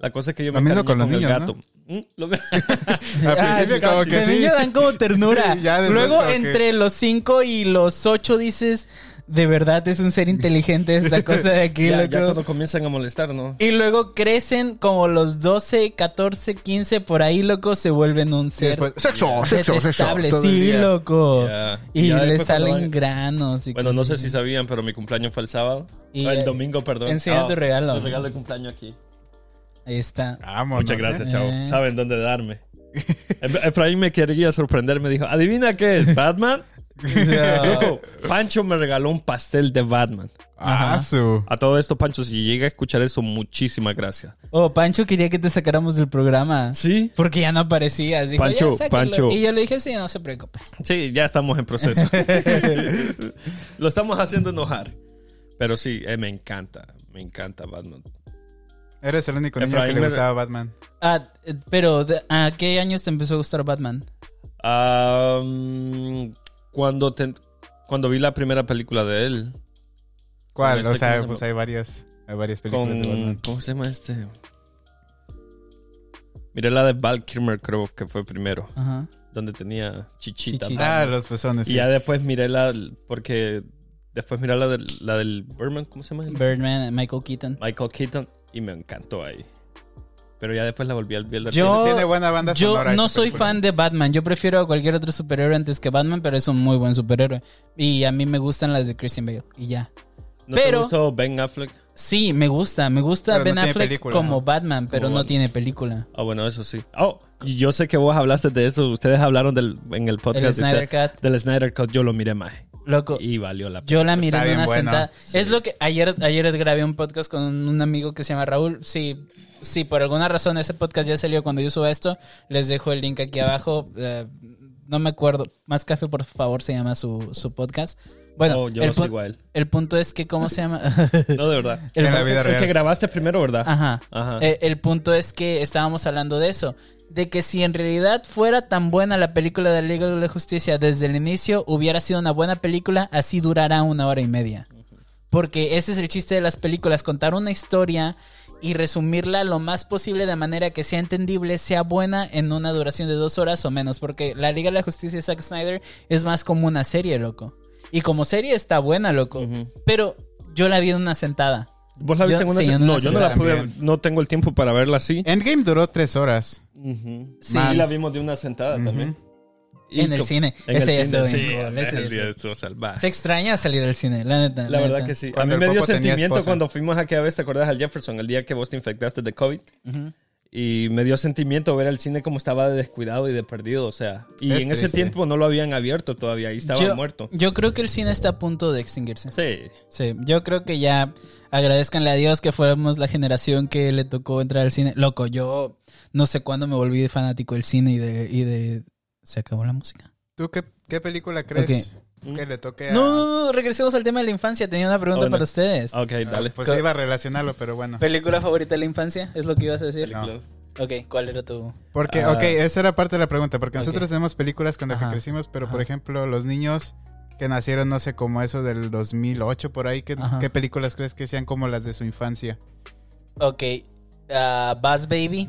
Speaker 3: La cosa es que yo
Speaker 2: Lo mismo
Speaker 3: encariñé
Speaker 2: con los niños,
Speaker 3: el gato. ¿Mm? Lo mi-
Speaker 2: Al
Speaker 3: Ah,
Speaker 2: principio
Speaker 3: es
Speaker 2: como
Speaker 3: casi.
Speaker 2: que
Speaker 1: De
Speaker 2: sí.
Speaker 1: niño dan como ternura.
Speaker 2: Ya después
Speaker 1: Luego
Speaker 2: como que-
Speaker 1: entre los 5 y los 8 dices, de verdad es un ser inteligente esta cosa de aquí.
Speaker 3: ya, ya
Speaker 1: loco".
Speaker 3: cuando comienzan a molestar, ¿no?
Speaker 1: Y luego crecen como los 12, 14, 15, por ahí, loco, se vuelven un
Speaker 2: Y
Speaker 1: ser
Speaker 2: después, sexo, sexo, sexo.
Speaker 1: detestable.
Speaker 2: todo el
Speaker 1: Sí,
Speaker 2: día.
Speaker 1: loco.
Speaker 3: Ya.
Speaker 1: Y
Speaker 3: Ya
Speaker 1: le
Speaker 3: después cuando
Speaker 1: salen
Speaker 3: van-
Speaker 1: granos y
Speaker 3: Bueno, no sé
Speaker 1: cosas
Speaker 3: si
Speaker 1: así.
Speaker 3: sabían, pero mi cumpleaños fue el sábado.
Speaker 1: Y,
Speaker 3: Ah,
Speaker 1: eh,
Speaker 3: el domingo, perdón.
Speaker 1: enseña tu regalo.
Speaker 3: Tu regalo de cumpleaños aquí.
Speaker 1: Ahí está.
Speaker 2: Vámonos,
Speaker 3: Muchas gracias,
Speaker 1: ¿eh?
Speaker 3: chavo.
Speaker 1: Eh.
Speaker 3: Saben dónde darme. Ef- Efraín me quería sorprender, me dijo, ¿adivina qué es? ¿Batman?
Speaker 1: No.
Speaker 3: Loco, Pancho me regaló un pastel de Batman.
Speaker 2: ¿eh? Ah,
Speaker 1: Ajá.
Speaker 2: su.
Speaker 3: A todo esto, Pancho, si llega a escuchar eso, muchísimas gracias.
Speaker 1: Oh, Pancho quería que te sacáramos del programa.
Speaker 3: ¿Sí?
Speaker 1: Porque ya no aparecías. Dijo,
Speaker 3: Pancho,
Speaker 1: "Ya, sáquenlo".
Speaker 3: Pancho.
Speaker 1: Y yo le dije, sí, no se preocupe.
Speaker 3: Sí, ya estamos en proceso. Lo estamos haciendo enojar. Pero sí, eh, me encanta, me encanta Batman.
Speaker 2: Eres el único niño que
Speaker 3: Efraín
Speaker 2: le
Speaker 3: me-
Speaker 2: gustaba Batman.
Speaker 1: Ah, eh, pero de- ¿a qué años te empezó a gustar Batman?
Speaker 3: Ah, mm, cuando, te- cuando vi la primera película de él,
Speaker 2: ¿Cuál?
Speaker 3: Este
Speaker 2: O sea,
Speaker 3: que-
Speaker 2: pues hay varias, hay varias películas de
Speaker 3: con...
Speaker 2: Batman.
Speaker 3: ¿Cómo se llama este? Miré la de Val Kilmer, creo que fue primero,
Speaker 1: Ajá.
Speaker 3: donde tenía chichita.
Speaker 1: Chichita.
Speaker 2: Ah, los pezones.
Speaker 3: Y
Speaker 2: sí.
Speaker 3: ya después miré la, porque después miré la del, la del Birdman, ¿cómo se llama?
Speaker 1: Birdman, eh, Michael Keaton.
Speaker 3: Michael Keaton, y me encantó ahí. Pero ya después la volví al ver. la-
Speaker 1: Yo,
Speaker 2: Tiene buena banda
Speaker 1: yo
Speaker 2: sonora
Speaker 1: no
Speaker 2: esa
Speaker 1: soy
Speaker 2: película.
Speaker 1: fan de Batman. Yo prefiero a cualquier otro superhéroe antes que Batman, pero es un muy buen superhéroe. Y a mí me gustan las de Christian Bale. Y ya.
Speaker 3: ¿No
Speaker 1: pero-
Speaker 3: te gustó Ben Affleck?
Speaker 1: Sí, me gusta. Me gusta
Speaker 2: Pero no
Speaker 1: Ben
Speaker 2: tiene
Speaker 1: Affleck
Speaker 2: película,
Speaker 1: como
Speaker 2: ¿no?
Speaker 1: Batman, pero
Speaker 3: Como
Speaker 1: no
Speaker 3: Batman.
Speaker 1: tiene película.
Speaker 3: Ah, bueno, eso sí. Oh, y yo sé que vos hablaste de eso. Ustedes hablaron del, en el podcast
Speaker 1: El
Speaker 3: de
Speaker 1: Snyder
Speaker 3: usted-
Speaker 1: Cut.
Speaker 3: del Snyder Cut. Yo lo miré más.
Speaker 1: Loco.
Speaker 3: Y valió la pena.
Speaker 1: Yo la miré
Speaker 2: Está
Speaker 1: en
Speaker 2: bien
Speaker 1: una
Speaker 2: buena.
Speaker 1: sentada.
Speaker 3: Sí.
Speaker 1: Es lo que ayer, ayer grabé un podcast con un amigo que se llama Raúl. Si, si por alguna razón ese podcast ya salió cuando yo suba esto, les dejo el link aquí abajo. Eh, no me acuerdo. Más café, por favor, se llama su, su podcast. Bueno,
Speaker 3: Oh, yo
Speaker 1: el,
Speaker 3: lo
Speaker 1: pun-
Speaker 3: sigo a él.
Speaker 1: el punto es que, ¿cómo se llama?
Speaker 3: No, de verdad.
Speaker 1: El-
Speaker 2: En la vida
Speaker 3: El que
Speaker 2: real.
Speaker 3: grabaste primero, ¿verdad?
Speaker 1: Ajá.
Speaker 3: Ajá.
Speaker 1: Eh, el punto es que estábamos hablando de eso. De que si en realidad fuera tan buena la película de la Liga de la Justicia desde el inicio, hubiera sido una buena película, así durará una hora y media. Porque ese es el chiste de las películas, contar una historia y resumirla lo más posible de manera que sea entendible, sea buena en una duración de dos horas o menos. Porque la Liga de la Justicia de Zack Snyder es más como una serie, loco. Y como serie está buena, loco.
Speaker 3: Ujú.
Speaker 1: Pero yo la vi en una sentada.
Speaker 3: ¿Vos la viste
Speaker 1: Yo-
Speaker 3: en una
Speaker 1: sí,
Speaker 3: se-
Speaker 1: en una
Speaker 3: No, yo no la
Speaker 2: semana.
Speaker 3: pude.
Speaker 2: También.
Speaker 3: No tengo el tiempo para verla así.
Speaker 2: Endgame duró tres horas.
Speaker 1: Eh, Sí.
Speaker 3: Y la vimos de una sentada Ah, también. Y
Speaker 1: En el
Speaker 3: co-
Speaker 1: cine.
Speaker 3: En
Speaker 1: Ese ya
Speaker 3: el cine,
Speaker 1: estuvo
Speaker 3: sí.
Speaker 1: bien cool, ese ya
Speaker 3: el día
Speaker 1: estuvo.
Speaker 3: estuvo salvaje.
Speaker 1: Se extraña salir al cine, la neta.
Speaker 3: La verdad
Speaker 1: neta.
Speaker 3: que sí. A
Speaker 2: Cuando
Speaker 3: mí
Speaker 2: el
Speaker 3: me dio
Speaker 2: Popo tenía
Speaker 3: sentimiento
Speaker 2: esposa.
Speaker 3: cuando fuimos aquella vez, ¿te acuerdas al Jefferson? El día que vos te infectaste de COVID.
Speaker 1: Ujú.
Speaker 3: Y me dio sentimiento ver el cine como estaba de descuidado y de perdido, o sea. Y
Speaker 2: Es
Speaker 3: en ese
Speaker 2: triste.
Speaker 3: tiempo no lo habían abierto todavía, ahí estaba
Speaker 1: yo,
Speaker 3: muerto.
Speaker 1: Yo creo que el cine está a punto de extinguirse.
Speaker 3: Sí.
Speaker 1: Sí, yo creo que ya agradezcanle a Dios que fuéramos la generación que le tocó entrar al cine. Loco, yo no sé cuándo me volví fanático del cine y de... Y de... ¿Se acabó la música?
Speaker 2: ¿Tú qué, qué película crees
Speaker 3: Mm.
Speaker 2: que le toque a.?
Speaker 1: No, no, no, regresemos al tema de la infancia. Tenía una pregunta
Speaker 3: Ah, bueno.
Speaker 1: para ustedes.
Speaker 3: Ok, dale.
Speaker 2: Pues iba a relacionarlo, pero bueno.
Speaker 1: ¿Película favorita de la infancia? ¿Es lo que ibas a decir?
Speaker 2: No.
Speaker 1: Ok, ¿cuál era tu...?
Speaker 2: Porque,
Speaker 3: Ah.
Speaker 2: ok, esa era parte de la pregunta. Porque
Speaker 1: Ok.
Speaker 2: nosotros tenemos películas con las
Speaker 1: Ajá.
Speaker 2: que crecimos, pero por
Speaker 1: Ajá.
Speaker 2: ejemplo, los niños que nacieron, no sé, como eso del 2008 por ahí, ¿qué,
Speaker 1: Ajá.
Speaker 2: qué películas crees que sean como las de su infancia?
Speaker 1: Ok, ah, Buzz Baby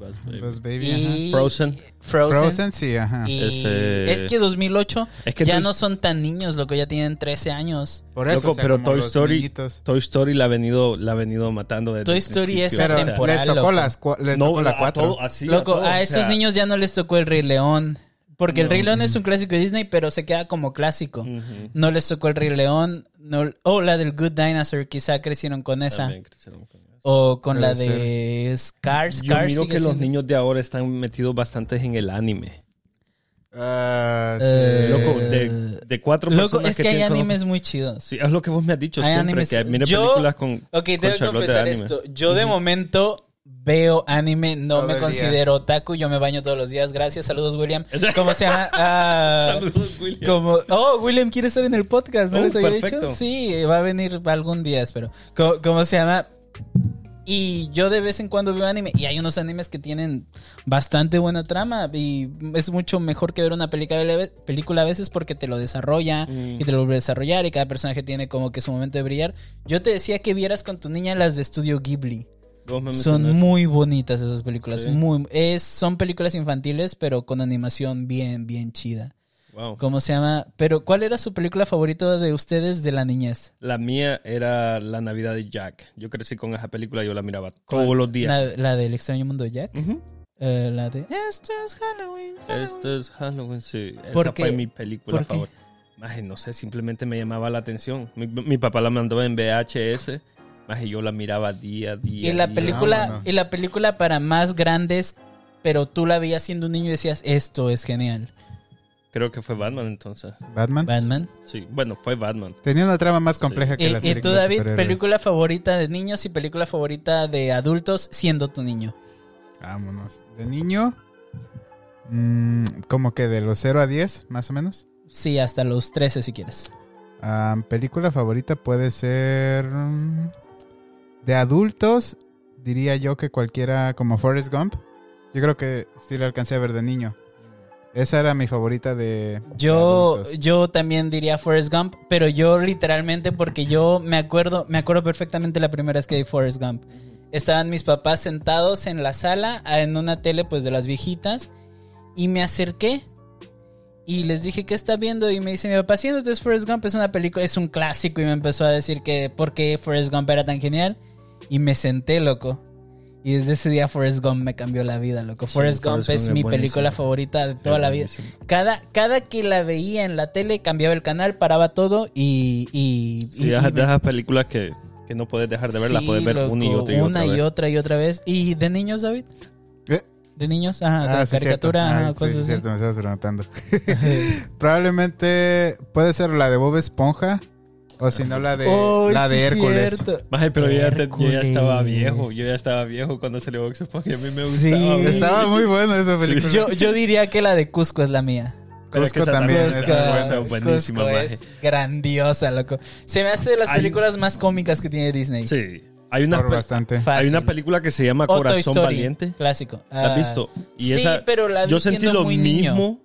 Speaker 3: Vas, baby.
Speaker 2: Pues, baby.
Speaker 1: y...
Speaker 3: Frozen.
Speaker 2: ajá.
Speaker 1: Frozen.
Speaker 2: Frozen, sí, ajá.
Speaker 1: Y
Speaker 3: Este-
Speaker 1: es que 2008
Speaker 3: Es que
Speaker 1: ya
Speaker 3: Toy-
Speaker 1: no son tan niños, loco, ya tienen 13 años.
Speaker 2: Por eso,
Speaker 3: Loco,
Speaker 2: o sea,
Speaker 3: pero
Speaker 2: como
Speaker 3: Toy
Speaker 2: los
Speaker 3: Story-
Speaker 2: niñitos.
Speaker 3: Toy Story la ha venido, la ha venido matando desde
Speaker 1: Toy
Speaker 3: el
Speaker 1: Story
Speaker 3: principio,
Speaker 1: es
Speaker 3: o sea,
Speaker 2: Pero
Speaker 1: temporal,
Speaker 2: les tocó,
Speaker 1: loco.
Speaker 2: las cua- les tocó la
Speaker 3: a
Speaker 2: 4.
Speaker 3: todo, así,
Speaker 1: loco,
Speaker 3: todo,
Speaker 1: a
Speaker 3: o
Speaker 1: estos
Speaker 3: sea,
Speaker 1: niños ya no les tocó el Rey León, porque el
Speaker 3: No.
Speaker 1: Rey León es un clásico de Disney, pero se queda como clásico.
Speaker 3: ujú,
Speaker 1: No les tocó el Rey León, no, o la del Good Dinosaur, quizá crecieron con esa.
Speaker 3: también crecieron con-
Speaker 1: O con
Speaker 2: Puede
Speaker 1: la de Scar.
Speaker 3: Yo
Speaker 1: Scar
Speaker 3: miro
Speaker 1: sigue
Speaker 3: que los
Speaker 1: siendo-
Speaker 3: niños de ahora están metidos bastante en el anime.
Speaker 2: Ah,
Speaker 1: Eh,
Speaker 2: sí.
Speaker 3: Loco, de, de cuatro
Speaker 1: Loco,
Speaker 3: personas
Speaker 1: es
Speaker 3: que,
Speaker 1: que, hay
Speaker 3: tienen como-
Speaker 1: animes muy chidos.
Speaker 3: Sí, es lo que vos me has dicho
Speaker 1: Hay
Speaker 3: siempre,
Speaker 1: animes-
Speaker 3: que mire
Speaker 1: yo-
Speaker 3: películas con
Speaker 1: Ok, tengo
Speaker 3: con
Speaker 1: que
Speaker 3: charlotte de
Speaker 1: confesar
Speaker 3: anime.
Speaker 1: esto. Yo de momento veo anime, no
Speaker 2: Todo el
Speaker 1: me
Speaker 2: día.
Speaker 1: considero otaku, yo me baño todos los días, gracias, saludos William.
Speaker 3: Esa-
Speaker 1: ¿Cómo se llama? Ah,
Speaker 3: Saludos, William.
Speaker 1: Como, oh, William quiere estar en el podcast, ¿no
Speaker 3: Oh,
Speaker 1: les había
Speaker 3: perfecto.
Speaker 1: dicho? Sí, eh, va a venir algún día, espero. Co- ¿Cómo, se llama? Y yo de vez en cuando veo anime y hay unos animes que tienen bastante buena trama y es mucho mejor que ver una película, película a veces porque te lo desarrolla
Speaker 3: Mm.
Speaker 1: y te lo vuelve a desarrollar y cada personaje tiene como que su momento de brillar. Yo te decía que vieras con tu niña las de Estudio Ghibli.
Speaker 3: Vos me
Speaker 1: Son
Speaker 3: mencionaste.
Speaker 1: muy bonitas esas películas,
Speaker 3: Sí.
Speaker 1: muy es son películas infantiles pero con animación bien bien chida.
Speaker 3: Wow.
Speaker 1: ¿Cómo se llama? Pero, ¿cuál era su película favorita de ustedes de la niñez?
Speaker 3: La mía era La Navidad de Jack. Yo crecí con esa película, yo la miraba todos
Speaker 1: ¿Cuál?
Speaker 3: los días.
Speaker 1: La, la del extraño mundo de Jack.
Speaker 3: Ujú.
Speaker 1: Eh, la de Esto es Halloween. Halloween".
Speaker 3: Esto es Halloween, sí. Esa
Speaker 1: ¿Por
Speaker 3: fue
Speaker 1: qué?
Speaker 3: mi película
Speaker 1: ¿Por qué?
Speaker 3: favorita. Maje, no sé, simplemente me llamaba la atención. Mi, mi papá la mandó en VHS. Maje, yo la miraba día a día.
Speaker 1: Y la
Speaker 3: día.
Speaker 1: película,
Speaker 2: Vámonos.
Speaker 1: y la película para más grandes, pero tú la veías siendo un niño y decías, esto es genial.
Speaker 3: Creo que fue Batman entonces.
Speaker 2: Batman.
Speaker 1: Batman.
Speaker 3: Sí, bueno, fue Batman.
Speaker 2: Tenía una trama más compleja que
Speaker 1: Y,
Speaker 2: las
Speaker 1: y
Speaker 2: películas
Speaker 1: tú, David,
Speaker 2: de superhéroes.
Speaker 1: película favorita de niños y película favorita de adultos siendo tu niño.
Speaker 2: Vámonos. De niño, mm, como que de los 0 a 10, más o menos.
Speaker 1: Sí, hasta los 13 si quieres.
Speaker 2: Ah, película favorita puede ser. mm, de adultos, diría yo que cualquiera, como Forrest Gump. Yo creo que sí la alcancé a ver de niño. Esa era mi favorita de.
Speaker 1: Yo,
Speaker 2: de adultos.
Speaker 1: yo también diría Forrest Gump, pero yo literalmente porque yo me acuerdo, me acuerdo perfectamente la primera vez que vi Forrest Gump. Estaban mis papás sentados en la sala, ah, en una tele pues de las viejitas, y me acerqué y les dije qué está viendo y me dice mi papá, siéntate, es Forrest Gump, es una película, es un clásico y me empezó a decir que por qué Forrest Gump era tan genial y me senté loco. Y desde ese día Forrest Gump me cambió la vida, loco.
Speaker 3: Sí,
Speaker 1: Forrest Gump
Speaker 3: Forrest
Speaker 1: es
Speaker 3: Gump es
Speaker 1: mi
Speaker 3: buenísimo.
Speaker 1: película favorita de toda
Speaker 3: Es
Speaker 1: la vida.
Speaker 3: buenísimo.
Speaker 1: Cada, cada que la veía en la tele, cambiaba el canal, paraba todo y. y,
Speaker 3: Sí,
Speaker 1: y-
Speaker 3: esas-
Speaker 1: y
Speaker 3: de
Speaker 1: me-
Speaker 3: esas películas que, que no puedes dejar de ver, las
Speaker 1: Sí,
Speaker 3: puedes ver una y
Speaker 1: loco,
Speaker 3: otra y otra.
Speaker 1: una y
Speaker 3: vez.
Speaker 1: otra y otra vez. ¿Y de niños, David?
Speaker 2: ¿Eh?
Speaker 1: ¿De niños? Ajá,
Speaker 2: Ah,
Speaker 1: de
Speaker 2: sí, cierto.
Speaker 1: caricatura,
Speaker 2: Ah,
Speaker 1: ajá,
Speaker 2: sí,
Speaker 1: cosas así.
Speaker 2: cierto, me estabas preguntando. Probablemente puede ser la de Bob Esponja. O si no, la de,
Speaker 1: Oh,
Speaker 2: la
Speaker 1: sí,
Speaker 2: de Hércules.
Speaker 1: cierto.
Speaker 3: Maje, pero yo ya, te- yo ya estaba
Speaker 1: Hércules.
Speaker 3: viejo. Yo ya estaba viejo cuando salió Box Esponja. A mí me
Speaker 1: Sí.
Speaker 3: gustaba. güey.
Speaker 2: Estaba muy buena esa película.
Speaker 1: Yo, yo diría que la de Cusco es la mía.
Speaker 3: Pero es que
Speaker 2: Cusco
Speaker 3: esa
Speaker 2: también es
Speaker 1: Cusco,
Speaker 2: muy buena.
Speaker 3: esa es buenísima,
Speaker 1: Cusco
Speaker 3: maje.
Speaker 1: es grandiosa, loco. Se me hace de las
Speaker 3: Hay-
Speaker 1: películas más cómicas que tiene Disney.
Speaker 3: Sí. Hay una,
Speaker 2: Por
Speaker 3: pe-
Speaker 2: bastante.
Speaker 3: hay
Speaker 1: Fácil.
Speaker 3: una película que se llama
Speaker 1: O Toy
Speaker 3: Corazón
Speaker 1: Story,
Speaker 3: Valiente.
Speaker 1: Clásico.
Speaker 3: ¿La
Speaker 1: Ah,
Speaker 3: has visto?
Speaker 1: sí, pero la vi
Speaker 3: yo sentí
Speaker 1: siendo
Speaker 3: lo
Speaker 1: muy niño.
Speaker 3: mismo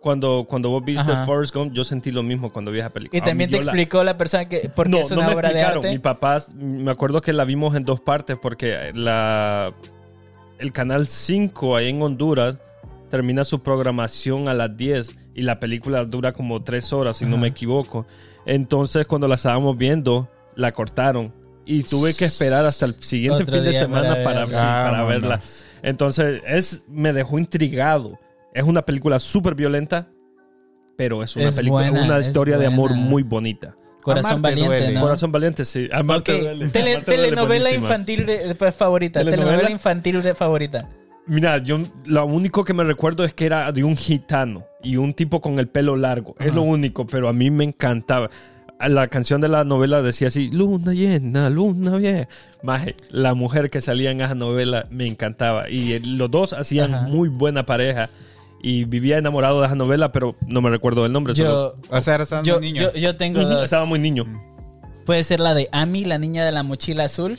Speaker 3: cuando, cuando vos viste
Speaker 1: Ajá.
Speaker 3: Forrest Gump. Yo sentí lo mismo cuando vi esa película.
Speaker 1: Y
Speaker 3: A mí
Speaker 1: también te
Speaker 3: yo la-
Speaker 1: explicó la persona que porque es una
Speaker 3: me
Speaker 1: obra de
Speaker 3: explicaron.
Speaker 1: arte.
Speaker 3: Mi papá, me acuerdo que la vimos en dos partes porque la, el canal 5 ahí en Honduras termina su programación a las 10 y la película dura como 3 horas, si no
Speaker 1: Ajá.
Speaker 3: me equivoco. Entonces, cuando la estábamos viendo, la cortaron y tuve que esperar hasta el siguiente
Speaker 1: Otro
Speaker 3: fin de
Speaker 1: día para
Speaker 3: semana para,
Speaker 1: verla.
Speaker 3: sí, para
Speaker 2: Ah, Vámonos.
Speaker 3: verla. Entonces, es, me dejó intrigado. Es una película súper violenta, pero es una
Speaker 1: Es
Speaker 3: película,
Speaker 1: buena,
Speaker 3: una
Speaker 1: es
Speaker 3: historia de amor
Speaker 1: buena.
Speaker 3: muy bonita.
Speaker 1: Corazón
Speaker 2: Amarte
Speaker 1: valiente,
Speaker 2: duele.
Speaker 1: ¿no?
Speaker 3: Corazón Valiente, sí.
Speaker 1: Ok,
Speaker 3: Amarte duele.
Speaker 1: tele-
Speaker 3: Amarte duele,
Speaker 1: telenovela
Speaker 3: buenísima.
Speaker 1: infantil de- de- favorita.
Speaker 3: ¿Telenovela?
Speaker 1: ¿Telenovela? infantil de favorita.
Speaker 3: Mira, yo lo único que me recuerdo es que era de un gitano y un tipo con el pelo largo. Es lo único, pero a mí me encantaba. A La canción de la novela decía así, luna llena, luna vieja. Maje, la mujer que salía en esa novela me encantaba. Y eh, los dos hacían
Speaker 1: Ajá.
Speaker 3: muy buena pareja. Y vivía enamorado de esa novela, pero no me recuerdo el nombre. solo-
Speaker 1: Yo,
Speaker 2: O sea, era
Speaker 1: yo,
Speaker 2: un niño.
Speaker 1: yo, yo tengo
Speaker 3: Ujú,
Speaker 1: dos. Mm.
Speaker 3: Estaba muy niño.
Speaker 1: Puede ser la de Ami, la niña de la mochila azul.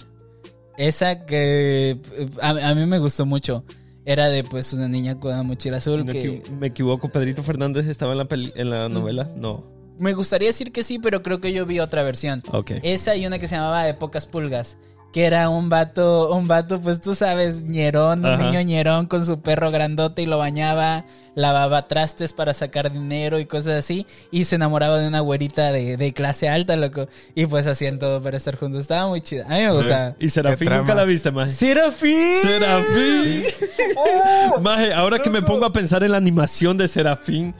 Speaker 1: Esa que eh, a, a mí me gustó mucho. Era de pues una niña con una mochila azul
Speaker 3: Si no
Speaker 1: que
Speaker 3: equivo- me equivoco, Pedrito Fernández estaba en la, peli- en
Speaker 1: Mm.
Speaker 3: la novela. No.
Speaker 1: me gustaría decir que sí, pero creo que yo vi otra versión.
Speaker 3: Ok.
Speaker 1: Esa y una que se llamaba De Pocas Pulgas. Que era un vato, un vato, pues tú sabes, ñerón, un
Speaker 3: Ajá.
Speaker 1: niño ñerón con su perro grandote y lo bañaba, lavaba trastes para sacar dinero y cosas así. Y se enamoraba de una güerita de, de clase alta, loco. Y pues hacían todo para estar juntos. Estaba muy chida. A mí me gustaba.
Speaker 3: Y Serafín
Speaker 2: Qué
Speaker 3: nunca
Speaker 2: trama.
Speaker 3: la viste, más.
Speaker 1: ¡Serafín! Oh,
Speaker 3: Serafín. Maje, ahora que me pongo a pensar en la animación de Serafín,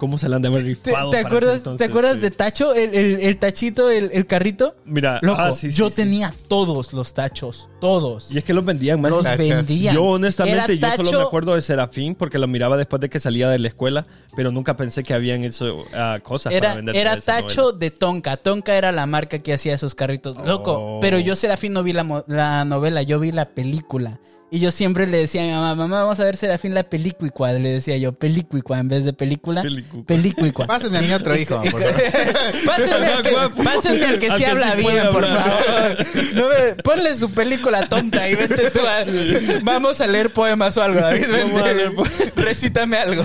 Speaker 3: ¿Cómo se la han de haber
Speaker 1: ¿Te,
Speaker 3: rifado?
Speaker 1: te
Speaker 3: para ese
Speaker 1: acuerdas, ¿te
Speaker 3: entonces?
Speaker 1: acuerdas
Speaker 3: Sí.
Speaker 1: de Tacho? El, el- el tachito, el, el carrito.
Speaker 3: Mira,
Speaker 1: Loco,
Speaker 3: ah, sí, sí,
Speaker 1: yo
Speaker 3: sí.
Speaker 1: tenía todos los tachos, todos.
Speaker 3: Y es que los vendían, man.
Speaker 1: los
Speaker 2: tachas.
Speaker 1: vendían.
Speaker 3: Yo honestamente,
Speaker 1: Era
Speaker 3: yo solo
Speaker 1: tacho-
Speaker 3: me acuerdo de Serafín porque lo miraba después de que salía de la escuela, pero nunca pensé que habían hecho ah, cosas para
Speaker 1: Era,
Speaker 3: vender.
Speaker 1: era
Speaker 3: esa
Speaker 1: tacho
Speaker 3: novela.
Speaker 1: de Tonka. Tonka era la marca que hacía esos carritos. Loco,
Speaker 3: Oh.
Speaker 1: pero yo Serafín no vi la, mo- la novela, yo vi la película. Y yo siempre le decía a mi mamá, mamá, vamos a ver Serafín la película. Le decía yo, película en vez de película.
Speaker 3: Pelicuicua.
Speaker 1: Película.
Speaker 2: Pásenme a mi otro hijo. por favor.
Speaker 1: Pásenme al que, pásenme al que
Speaker 3: Ah, Al
Speaker 1: sí
Speaker 3: que
Speaker 1: habla
Speaker 3: sí puede
Speaker 1: bien, por
Speaker 3: hablar.
Speaker 1: favor. No me- ponle su película tonta y vente tú a... Vamos a leer poemas o algo, David. vente.
Speaker 3: Vamos a leer poemas.
Speaker 1: Recítame algo.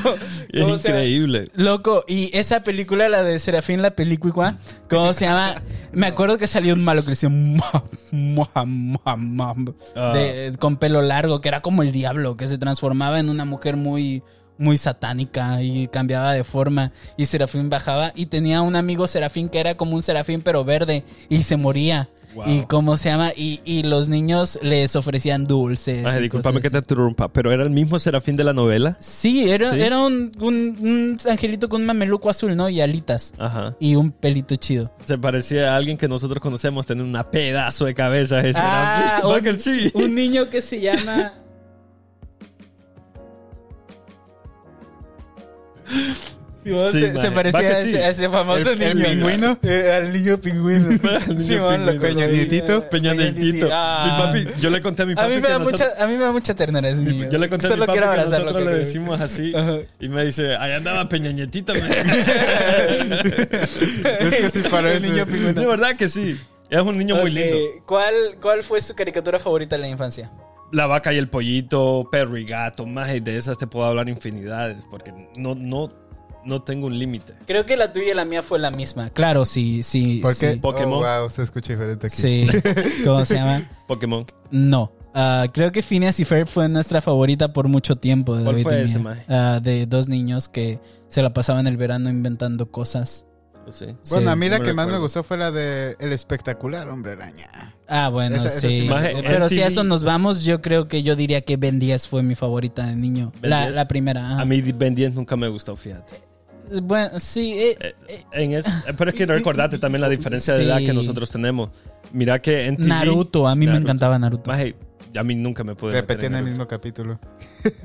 Speaker 3: Es
Speaker 1: O sea,
Speaker 3: increíble.
Speaker 1: Loco, y esa película, la de Serafín, la película, ¿cómo se llama? Me acuerdo que salió un malo que le decía "Mua, mua, mua, mua",
Speaker 3: Ah.
Speaker 1: de- con pelo largo, que era como el diablo, que se transformaba en una mujer muy, muy satánica y cambiaba de forma. Y Serafín bajaba y tenía un amigo Serafín que era como un Serafín pero verde y se moría.
Speaker 3: Wow.
Speaker 1: Y cómo se llama, y, y los niños les ofrecían dulces.
Speaker 3: Ay,
Speaker 1: y
Speaker 3: discúlpame
Speaker 1: cosas
Speaker 3: que te interrumpa, pero era el mismo Serafín de la novela.
Speaker 1: Sí, era,
Speaker 3: Sí.
Speaker 1: era un, un- un angelito con un mameluco azul, ¿no? Y alitas.
Speaker 3: Ajá.
Speaker 1: Y un pelito chido.
Speaker 3: Se parecía a alguien que nosotros conocemos, tener una pedazo de cabeza ese
Speaker 1: Ah,
Speaker 3: Serafín.
Speaker 1: un-
Speaker 3: Michael, sí.
Speaker 1: Un niño que se llama... Simón,
Speaker 3: Sí,
Speaker 1: se,
Speaker 3: madre.
Speaker 1: se parecía
Speaker 3: Va que
Speaker 1: a, ese,
Speaker 3: sí.
Speaker 1: a ese famoso
Speaker 3: El-
Speaker 1: niño.
Speaker 3: el pingüino.
Speaker 1: Eh, al niño pingüino.
Speaker 3: niño
Speaker 1: Simón, lo
Speaker 3: pingüino,
Speaker 1: coño.
Speaker 3: sí.
Speaker 2: Nietito.
Speaker 3: Peña del Tito.
Speaker 1: Ah.
Speaker 3: Mi papi, yo le conté a mi
Speaker 1: A
Speaker 3: papi
Speaker 1: mí, me
Speaker 3: que
Speaker 1: da
Speaker 3: nosotros-
Speaker 1: mucha, a mí me da mucha ternura ese niño.
Speaker 3: Yo le conté a mi
Speaker 1: Solo
Speaker 3: papi
Speaker 1: quiero
Speaker 3: que
Speaker 1: abrazarlo.
Speaker 3: nosotros le
Speaker 1: creo.
Speaker 3: decimos así
Speaker 1: Ajá.
Speaker 3: y me dice, ahí andaba peñañetita.
Speaker 2: Es que sí parece.
Speaker 1: El niño pingüino.
Speaker 3: De verdad que sí. Es un niño muy
Speaker 1: Ok,
Speaker 3: lindo.
Speaker 1: ¿Cuál, ¿Cuál fue su caricatura favorita en la infancia?
Speaker 3: La vaca y el pollito, perro y gato, más y de esas te puedo hablar infinidades porque no, no, no tengo un límite.
Speaker 1: Creo que la tuya y la mía fue la misma. Claro, sí, sí.
Speaker 2: ¿Por qué?
Speaker 1: sí.
Speaker 3: Pokémon.
Speaker 2: Oh, wow, se escucha diferente aquí.
Speaker 1: Sí. ¿Cómo se llama?
Speaker 3: Pokémon.
Speaker 1: No. Ah, creo que Phineas y Ferb fue nuestra favorita por mucho tiempo. de
Speaker 3: ¿Cuál
Speaker 1: David
Speaker 3: fue
Speaker 1: y mía.
Speaker 3: ese, maje?
Speaker 1: Ah, de dos niños que se la pasaban el verano inventando cosas.
Speaker 3: Pues sí.
Speaker 2: Bueno, a
Speaker 1: Sí.
Speaker 2: mí la
Speaker 3: no me
Speaker 2: que más me
Speaker 3: recuerdo.
Speaker 2: gustó fue la de El espectacular hombre araña.
Speaker 1: Ah, bueno,
Speaker 2: Esa- esa sí
Speaker 1: sí.
Speaker 2: me
Speaker 3: acuerdo.
Speaker 1: Pero si a
Speaker 3: MTV.
Speaker 1: eso nos vamos, yo creo que yo diría que Ben 10 fue mi favorita de niño.
Speaker 3: Ben
Speaker 1: La,
Speaker 3: 10.
Speaker 1: la primera. ajá.
Speaker 3: A mí Ben 10 nunca me gustó, fíjate.
Speaker 1: Bueno, sí. eh,
Speaker 3: Eh, en es- eh, pero es que recordate también la diferencia de
Speaker 1: Sí.
Speaker 3: edad que nosotros tenemos. Mira que en TV,
Speaker 1: Naruto, a mí me
Speaker 3: Naruto.
Speaker 1: encantaba Naruto.
Speaker 3: Maje, a mí nunca me pude meter
Speaker 2: Repetí en el
Speaker 3: Naruto.
Speaker 2: mismo capítulo.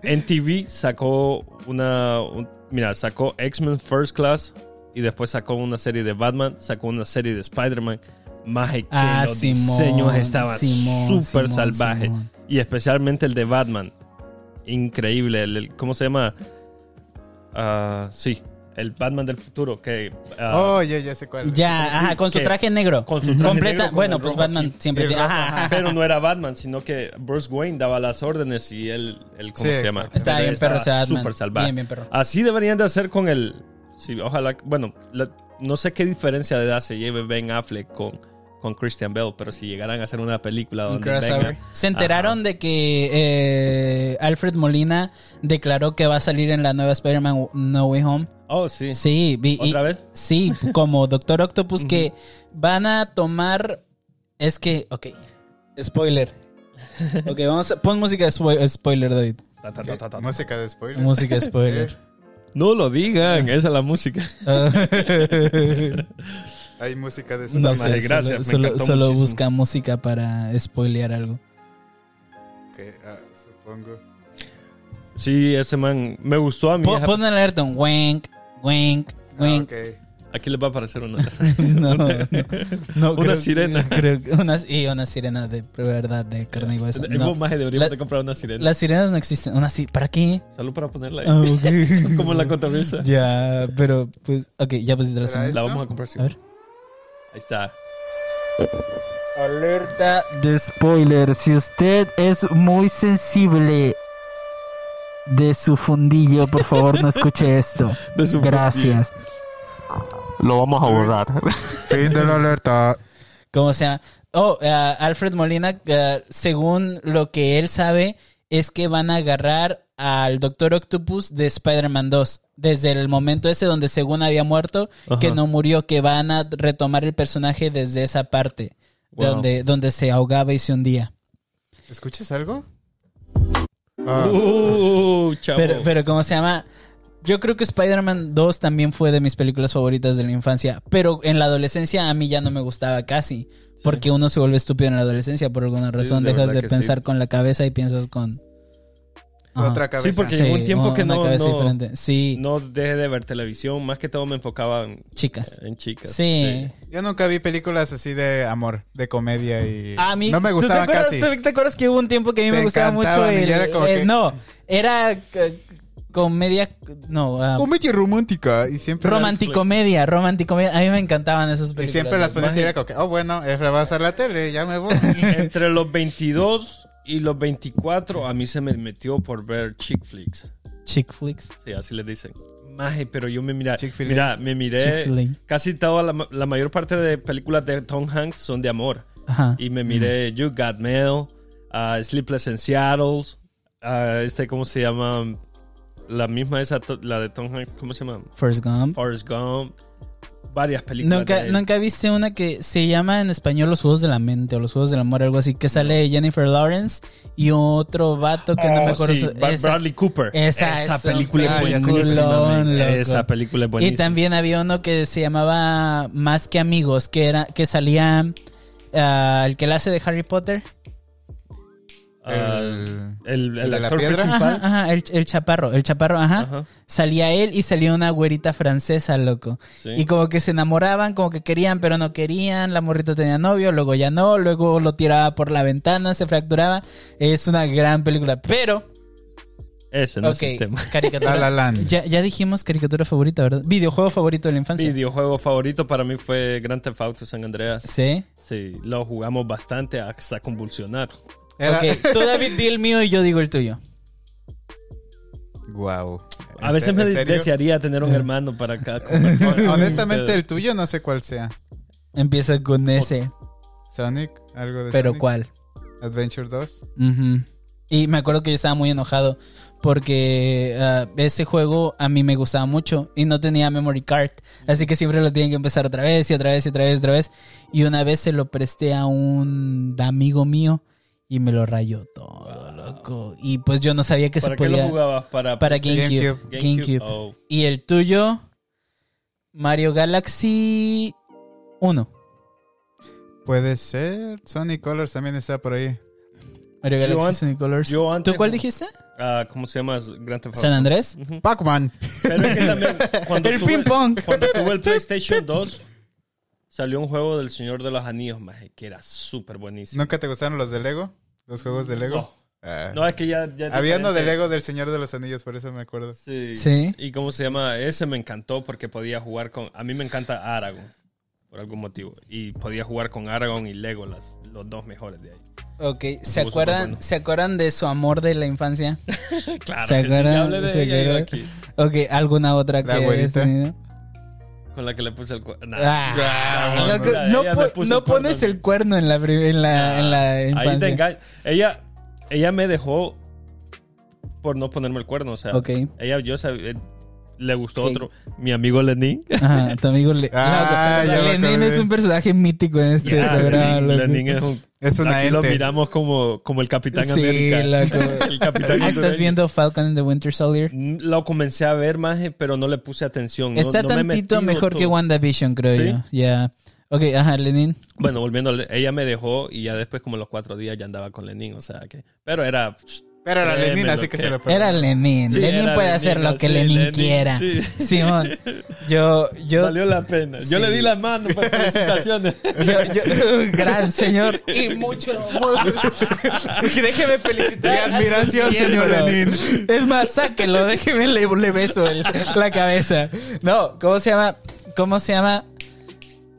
Speaker 3: NTV sacó una. un- mira, sacó X-Men First Class y después sacó una serie de Batman, sacó una serie de Spider-Man. Maje, que
Speaker 1: Ah,
Speaker 3: los
Speaker 1: Simón,
Speaker 3: diseños estaban
Speaker 1: Simón,
Speaker 3: súper
Speaker 1: Simón,
Speaker 3: salvajes.
Speaker 1: Simón.
Speaker 3: Y especialmente el de Batman. Increíble. el- el- ¿Cómo se llama? Ah, sí, el Batman del futuro. Que, ah,
Speaker 2: oh, ya, ya sé cuál.
Speaker 1: Ya,
Speaker 3: Sí,
Speaker 1: ajá, con su
Speaker 3: que-
Speaker 1: traje negro.
Speaker 3: con su traje
Speaker 1: Completa,
Speaker 3: negro, con
Speaker 1: bueno,
Speaker 3: el
Speaker 1: pues
Speaker 3: rojo
Speaker 1: Batman
Speaker 3: aquí.
Speaker 1: siempre
Speaker 2: Y el
Speaker 1: tiene-
Speaker 2: rojo,
Speaker 1: ajá, ajá.
Speaker 3: Pero no era Batman, sino que Bruce Wayne daba las órdenes y él, él ¿cómo
Speaker 2: Sí,
Speaker 3: se llama?
Speaker 2: exacto.
Speaker 1: Está bien, perro, ese
Speaker 3: estaba
Speaker 1: Batman.
Speaker 3: Súper salvaje.
Speaker 1: Bien, bien, perro.
Speaker 3: Así deberían de hacer con el. Sí, ojalá. Bueno, la- no sé qué diferencia de edad se lleve Ben Affleck con, con Christian Bell, pero si llegaran a hacer una película
Speaker 1: Un
Speaker 3: donde
Speaker 1: crossover.
Speaker 3: venga-
Speaker 1: Se enteraron de que eh, Alfred Molina declaró que va a salir en la nueva Spider-Man No Way Home.
Speaker 3: Oh, sí.
Speaker 1: Sí, vi- y-
Speaker 3: ¿Otra vez?
Speaker 1: Sí, como Doctor Octopus que van a tomar. Es que, ok. Spoiler. Ok, vamos a. Pon música de spo- spoiler, David.
Speaker 3: Ta, ta, ta, ta, ta.
Speaker 2: ¿Qué? Eh, Música de spoiler. Eh,
Speaker 1: Música de spoiler.
Speaker 3: No lo digan, esa es la música.
Speaker 2: Hay música de spoiler.
Speaker 1: No
Speaker 3: madre,
Speaker 1: sé,
Speaker 3: gracias,
Speaker 1: solo,
Speaker 3: me
Speaker 1: solo-
Speaker 3: encantó
Speaker 1: solo
Speaker 3: muchísimo.
Speaker 1: busca música para spoilear algo.
Speaker 2: que, ah, supongo.
Speaker 3: Sí, ese man me gustó a mí.
Speaker 1: Po- Pon alerta, un wank, wank,
Speaker 2: Ah,
Speaker 1: wank.
Speaker 2: ok.
Speaker 3: Aquí les va a aparecer una.
Speaker 1: No, no, no,
Speaker 3: Una
Speaker 1: creo-
Speaker 3: sirena.
Speaker 1: creo que una- y una sirena de de verdad, de carne y hueso.
Speaker 3: En
Speaker 1: No.
Speaker 3: Vos, maje, deberíamos
Speaker 1: La-
Speaker 3: de comprar una sirena.
Speaker 1: Las sirenas no existen. Una si- ¿Para qué?
Speaker 3: Solo para ponerla ahí.
Speaker 1: Ah, ok.
Speaker 3: Como la cotorriza.
Speaker 1: Ya, pero pues, ok, ya pusiste la
Speaker 2: Pero
Speaker 1: sirena.
Speaker 3: La
Speaker 2: ¿Eso?
Speaker 3: vamos a comprar. sí.
Speaker 1: A ver.
Speaker 3: Ahí está.
Speaker 1: Alerta de spoiler. Si usted es muy sensible de su fundillo, por favor no escuche esto.
Speaker 3: De su
Speaker 1: Gracias.
Speaker 4: Lo vamos a borrar.
Speaker 2: Fin de la alerta.
Speaker 1: ¿Cómo se llama? Oh, eh, Alfred Molina, eh, según lo que él sabe, es que van a agarrar al Doctor Octopus de Spider-Man 2. Desde el momento ese donde según había muerto, que
Speaker 3: Ajá.
Speaker 1: no murió, que van a retomar el personaje desde esa parte, de
Speaker 3: Wow.
Speaker 1: donde, donde se ahogaba y se hundía.
Speaker 2: ¿Escuchas algo? Ah,
Speaker 3: Uh, chavo.
Speaker 1: Pero, pero ¿cómo se llama? Yo creo que Spider-Man 2 también fue de mis películas favoritas de la infancia, pero en la adolescencia a mí ya no me gustaba casi, porque uno se vuelve estúpido en la adolescencia por alguna razón,
Speaker 3: de
Speaker 1: dejas de
Speaker 3: verdad que
Speaker 1: pensar
Speaker 3: sí.
Speaker 1: con la cabeza y piensas con Ajá.
Speaker 2: Otra cabeza.
Speaker 3: Sí, porque llegó un tiempo
Speaker 1: una-
Speaker 3: que
Speaker 1: una
Speaker 3: no-
Speaker 1: cabeza
Speaker 3: no-
Speaker 1: diferente. Sí,
Speaker 3: No dejé de ver televisión, más que todo me enfocaba en,
Speaker 1: chicas.
Speaker 3: en eh, chicas.
Speaker 1: Sí.
Speaker 2: Yo nunca vi películas así de amor, de comedia y...
Speaker 1: Ah, A mí,
Speaker 2: no me
Speaker 1: ¿tú
Speaker 2: gustaban
Speaker 1: te acuerdas,
Speaker 2: casi.
Speaker 1: ¿tú te acuerdas que hubo un tiempo que a mí
Speaker 2: Te
Speaker 1: me gustaba mucho
Speaker 2: encantaban y
Speaker 1: el,
Speaker 2: ya era como
Speaker 1: el-
Speaker 2: que-
Speaker 1: no, era eh, comedia no, ah,
Speaker 2: Comedia romántica y siempre...
Speaker 1: romanticomedia, romanticomedia. A mí me encantaban esas
Speaker 2: Y
Speaker 1: películas.
Speaker 2: siempre las ponías y era como que, oh, bueno, Efra va a usar la tele, ya me voy.
Speaker 3: Entre los 22 y los 24 a mí se me metió por ver chick flicks.
Speaker 1: chick flicks.
Speaker 3: Sí, así les dicen. Maje, pero yo me mira,
Speaker 2: Chick-fil-A.
Speaker 3: mira, me miré
Speaker 1: Chick-fil-A.
Speaker 3: casi toda la, la mayor parte de películas de Tom Hanks son de amor
Speaker 1: Ajá.
Speaker 3: y me
Speaker 1: Mm.
Speaker 3: miré You Got Mail, ah, Sleepless in Seattle, ah, este cómo se llama la misma esa to- la de Tom Hanks, ¿cómo se llama?
Speaker 1: First Gump.
Speaker 3: Forrest Gump, varias películas.
Speaker 1: ¿Nunca,
Speaker 3: de él.
Speaker 1: ¿Nunca viste una que se llama en español Los Juegos de la Mente o Los Juegos del Amor, algo así, que sale Jennifer Lawrence y otro vato que no
Speaker 3: Oh,
Speaker 1: me acuerdo
Speaker 3: sí,
Speaker 1: su-
Speaker 3: Brad-
Speaker 1: esa-
Speaker 3: Bradley Cooper.
Speaker 1: esa- esa
Speaker 3: película es
Speaker 2: película,
Speaker 3: buenísima.
Speaker 1: loco.
Speaker 3: man. Esa película es buenísima.
Speaker 1: Y también había uno que se llamaba Más que Amigos, que era que salía ah, el que la hace de Harry Potter.
Speaker 3: Ah,
Speaker 2: El-
Speaker 3: el, el
Speaker 2: el de la
Speaker 3: actor
Speaker 2: piedra.
Speaker 3: principal.
Speaker 1: Ajá, ajá, el, el chaparro, el chaparro, ajá.
Speaker 3: Ajá.
Speaker 1: Salía él y salía una güerita francesa, loco.
Speaker 3: Sí.
Speaker 1: Y como que se enamoraban, como que querían, pero no querían. La morrita tenía novio, luego ya no, luego lo tiraba por la ventana, se fracturaba. Es una gran película, pero.
Speaker 3: Ese no
Speaker 1: Ok,
Speaker 3: es el tema.
Speaker 1: caricatura.
Speaker 2: La La Land.
Speaker 1: Ya, ya dijimos caricatura favorita, ¿verdad? Videojuego favorito de la infancia.
Speaker 3: Videojuego favorito para mí fue Grand Theft Auto San Andreas.
Speaker 1: Sí.
Speaker 3: Sí, lo jugamos bastante hasta convulsionar.
Speaker 2: Era...
Speaker 1: Ok, tú David di el mío y yo digo el tuyo.
Speaker 2: Wow.
Speaker 3: A veces me de- desearía tener un hermano para acá.
Speaker 2: Honestamente, el tuyo no sé cuál sea.
Speaker 1: Empieza con
Speaker 2: Pues,
Speaker 1: ese,
Speaker 2: Sonic, algo de
Speaker 1: pero
Speaker 2: Sonic.
Speaker 1: ¿cuál?
Speaker 2: Adventure 2.
Speaker 1: Ujú. Y me acuerdo que yo estaba muy enojado porque ah, ese juego a mí me gustaba mucho y no tenía memory card. Así que siempre lo tienen que empezar otra vez y otra vez y otra vez y otra vez. Y una vez se lo presté a un amigo mío y me lo rayó todo, loco. Y pues yo no sabía que
Speaker 3: ¿Para
Speaker 1: se
Speaker 3: qué
Speaker 1: podía...
Speaker 3: lo jugabas? Para,
Speaker 1: Para GameCube.
Speaker 2: GameCube.
Speaker 1: GameCube.
Speaker 3: Oh,
Speaker 1: Y el tuyo, Mario Galaxy 1.
Speaker 2: Puede ser. Sonic Colors también está por ahí.
Speaker 1: Mario
Speaker 3: Yo
Speaker 1: Galaxy
Speaker 3: an-
Speaker 1: Sonic Colors.
Speaker 3: yo antes
Speaker 1: ¿Tú cuál
Speaker 3: ju-
Speaker 1: dijiste?
Speaker 3: ah, ¿Cómo se llama? Grand Theft Auto.
Speaker 1: ¿San Andrés?
Speaker 3: Ujú.
Speaker 2: Pac-Man.
Speaker 3: Pero es que también cuando
Speaker 1: El
Speaker 3: tuve-
Speaker 1: ping pong.
Speaker 3: Cuando tuve el PlayStation 2, salió un juego del Señor de los Anillos, maje, que era súper buenísimo.
Speaker 2: ¿Nunca te gustaron los de Lego? ¿Los juegos de Lego?
Speaker 3: No.
Speaker 2: Ah.
Speaker 3: No, es que ya... ya es
Speaker 2: Había uno de
Speaker 3: diferente.
Speaker 2: Lego del Señor de los Anillos, por eso me acuerdo.
Speaker 3: Sí.
Speaker 1: Sí.
Speaker 3: ¿Y cómo se llama? Ese me encantó porque podía jugar con... A mí me encanta Aragorn, por algún motivo. Y podía jugar con Aragorn y Legolas, los dos mejores de ahí.
Speaker 1: Ok, ¿se
Speaker 3: Estuvo
Speaker 1: acuerdan,
Speaker 3: superbueno.
Speaker 1: ¿se acuerdan de su amor de la infancia?
Speaker 3: Claro
Speaker 1: ¿Se
Speaker 3: que sí, ya
Speaker 1: acuerdan?
Speaker 3: hablé de
Speaker 1: ¿Se
Speaker 3: ella yo
Speaker 1: acuerdan?
Speaker 3: aquí.
Speaker 1: Ok, ¿alguna otra
Speaker 2: La
Speaker 1: que hayas
Speaker 2: abuelita.
Speaker 1: tenido?
Speaker 3: Con la que le puse el... cu- Nah.
Speaker 1: Ah,
Speaker 2: Ah,
Speaker 1: loco,
Speaker 3: no,
Speaker 1: no
Speaker 3: ella
Speaker 1: po-
Speaker 3: me puso
Speaker 1: no
Speaker 3: el cuerno.
Speaker 1: pones el cuerno en la, pri- en la, en la
Speaker 3: Ah, Ahí te
Speaker 1: infancia.
Speaker 3: engaña. Ella, ella me dejó por no ponerme el cuerno, o sea.
Speaker 1: Ok.
Speaker 3: Ella, yo sabía, le gustó
Speaker 1: Ok.
Speaker 3: otro. Mi amigo Lenín.
Speaker 1: Ajá, tu amigo Le-
Speaker 2: Ah,
Speaker 1: Loco,
Speaker 2: ya me
Speaker 1: Lenin
Speaker 2: acordé.
Speaker 1: es un personaje mítico en este
Speaker 3: Ah,
Speaker 1: programa.
Speaker 3: Lenín,
Speaker 1: loco.
Speaker 3: Lenín es un...
Speaker 2: Es una
Speaker 3: aquí lo
Speaker 2: ente.
Speaker 3: miramos como, como el Capitán
Speaker 1: Sí,
Speaker 3: América.
Speaker 1: loco.
Speaker 3: El Capitán
Speaker 1: Ah,
Speaker 3: Hondureño.
Speaker 1: ¿Estás viendo Falcon and the Winter Soldier?
Speaker 3: Lo comencé a ver más, pero no le puse atención. No-
Speaker 1: Está
Speaker 3: no me
Speaker 1: tantito
Speaker 3: metí
Speaker 1: mejor
Speaker 3: todo.
Speaker 1: que WandaVision, creo
Speaker 3: ¿Sí?
Speaker 1: yo. Ya. Ok, ajá, Lenin.
Speaker 3: Bueno, volviendo, ella me dejó y ya después, como los cuatro días, ya andaba con Lenín, o sea que. Pero era.
Speaker 2: Pero era
Speaker 3: Créeme
Speaker 2: Lenin,
Speaker 3: Eh, lo
Speaker 2: así que
Speaker 3: que-
Speaker 2: se lo perdí.
Speaker 1: Era Lenin.
Speaker 3: Sí,
Speaker 1: Lenin
Speaker 3: era
Speaker 1: puede
Speaker 3: Lenin,
Speaker 1: hacer lo que
Speaker 3: sí,
Speaker 1: Lenin,
Speaker 3: Lenin,
Speaker 1: quiera.
Speaker 3: sí.
Speaker 1: Simón, yo, yo,
Speaker 3: Valió la pena. Yo
Speaker 1: Sí.
Speaker 3: le di las manos para felicitaciones.
Speaker 1: yo- yo- gran señor y mucho amor. déjeme felicitar. a su
Speaker 2: Mi admiración,
Speaker 1: miembro.
Speaker 2: señor Lenin.
Speaker 1: Es más, sáquelo, déjeme le, le beso el- la cabeza. No, ¿cómo se llama? ¿Cómo se llama?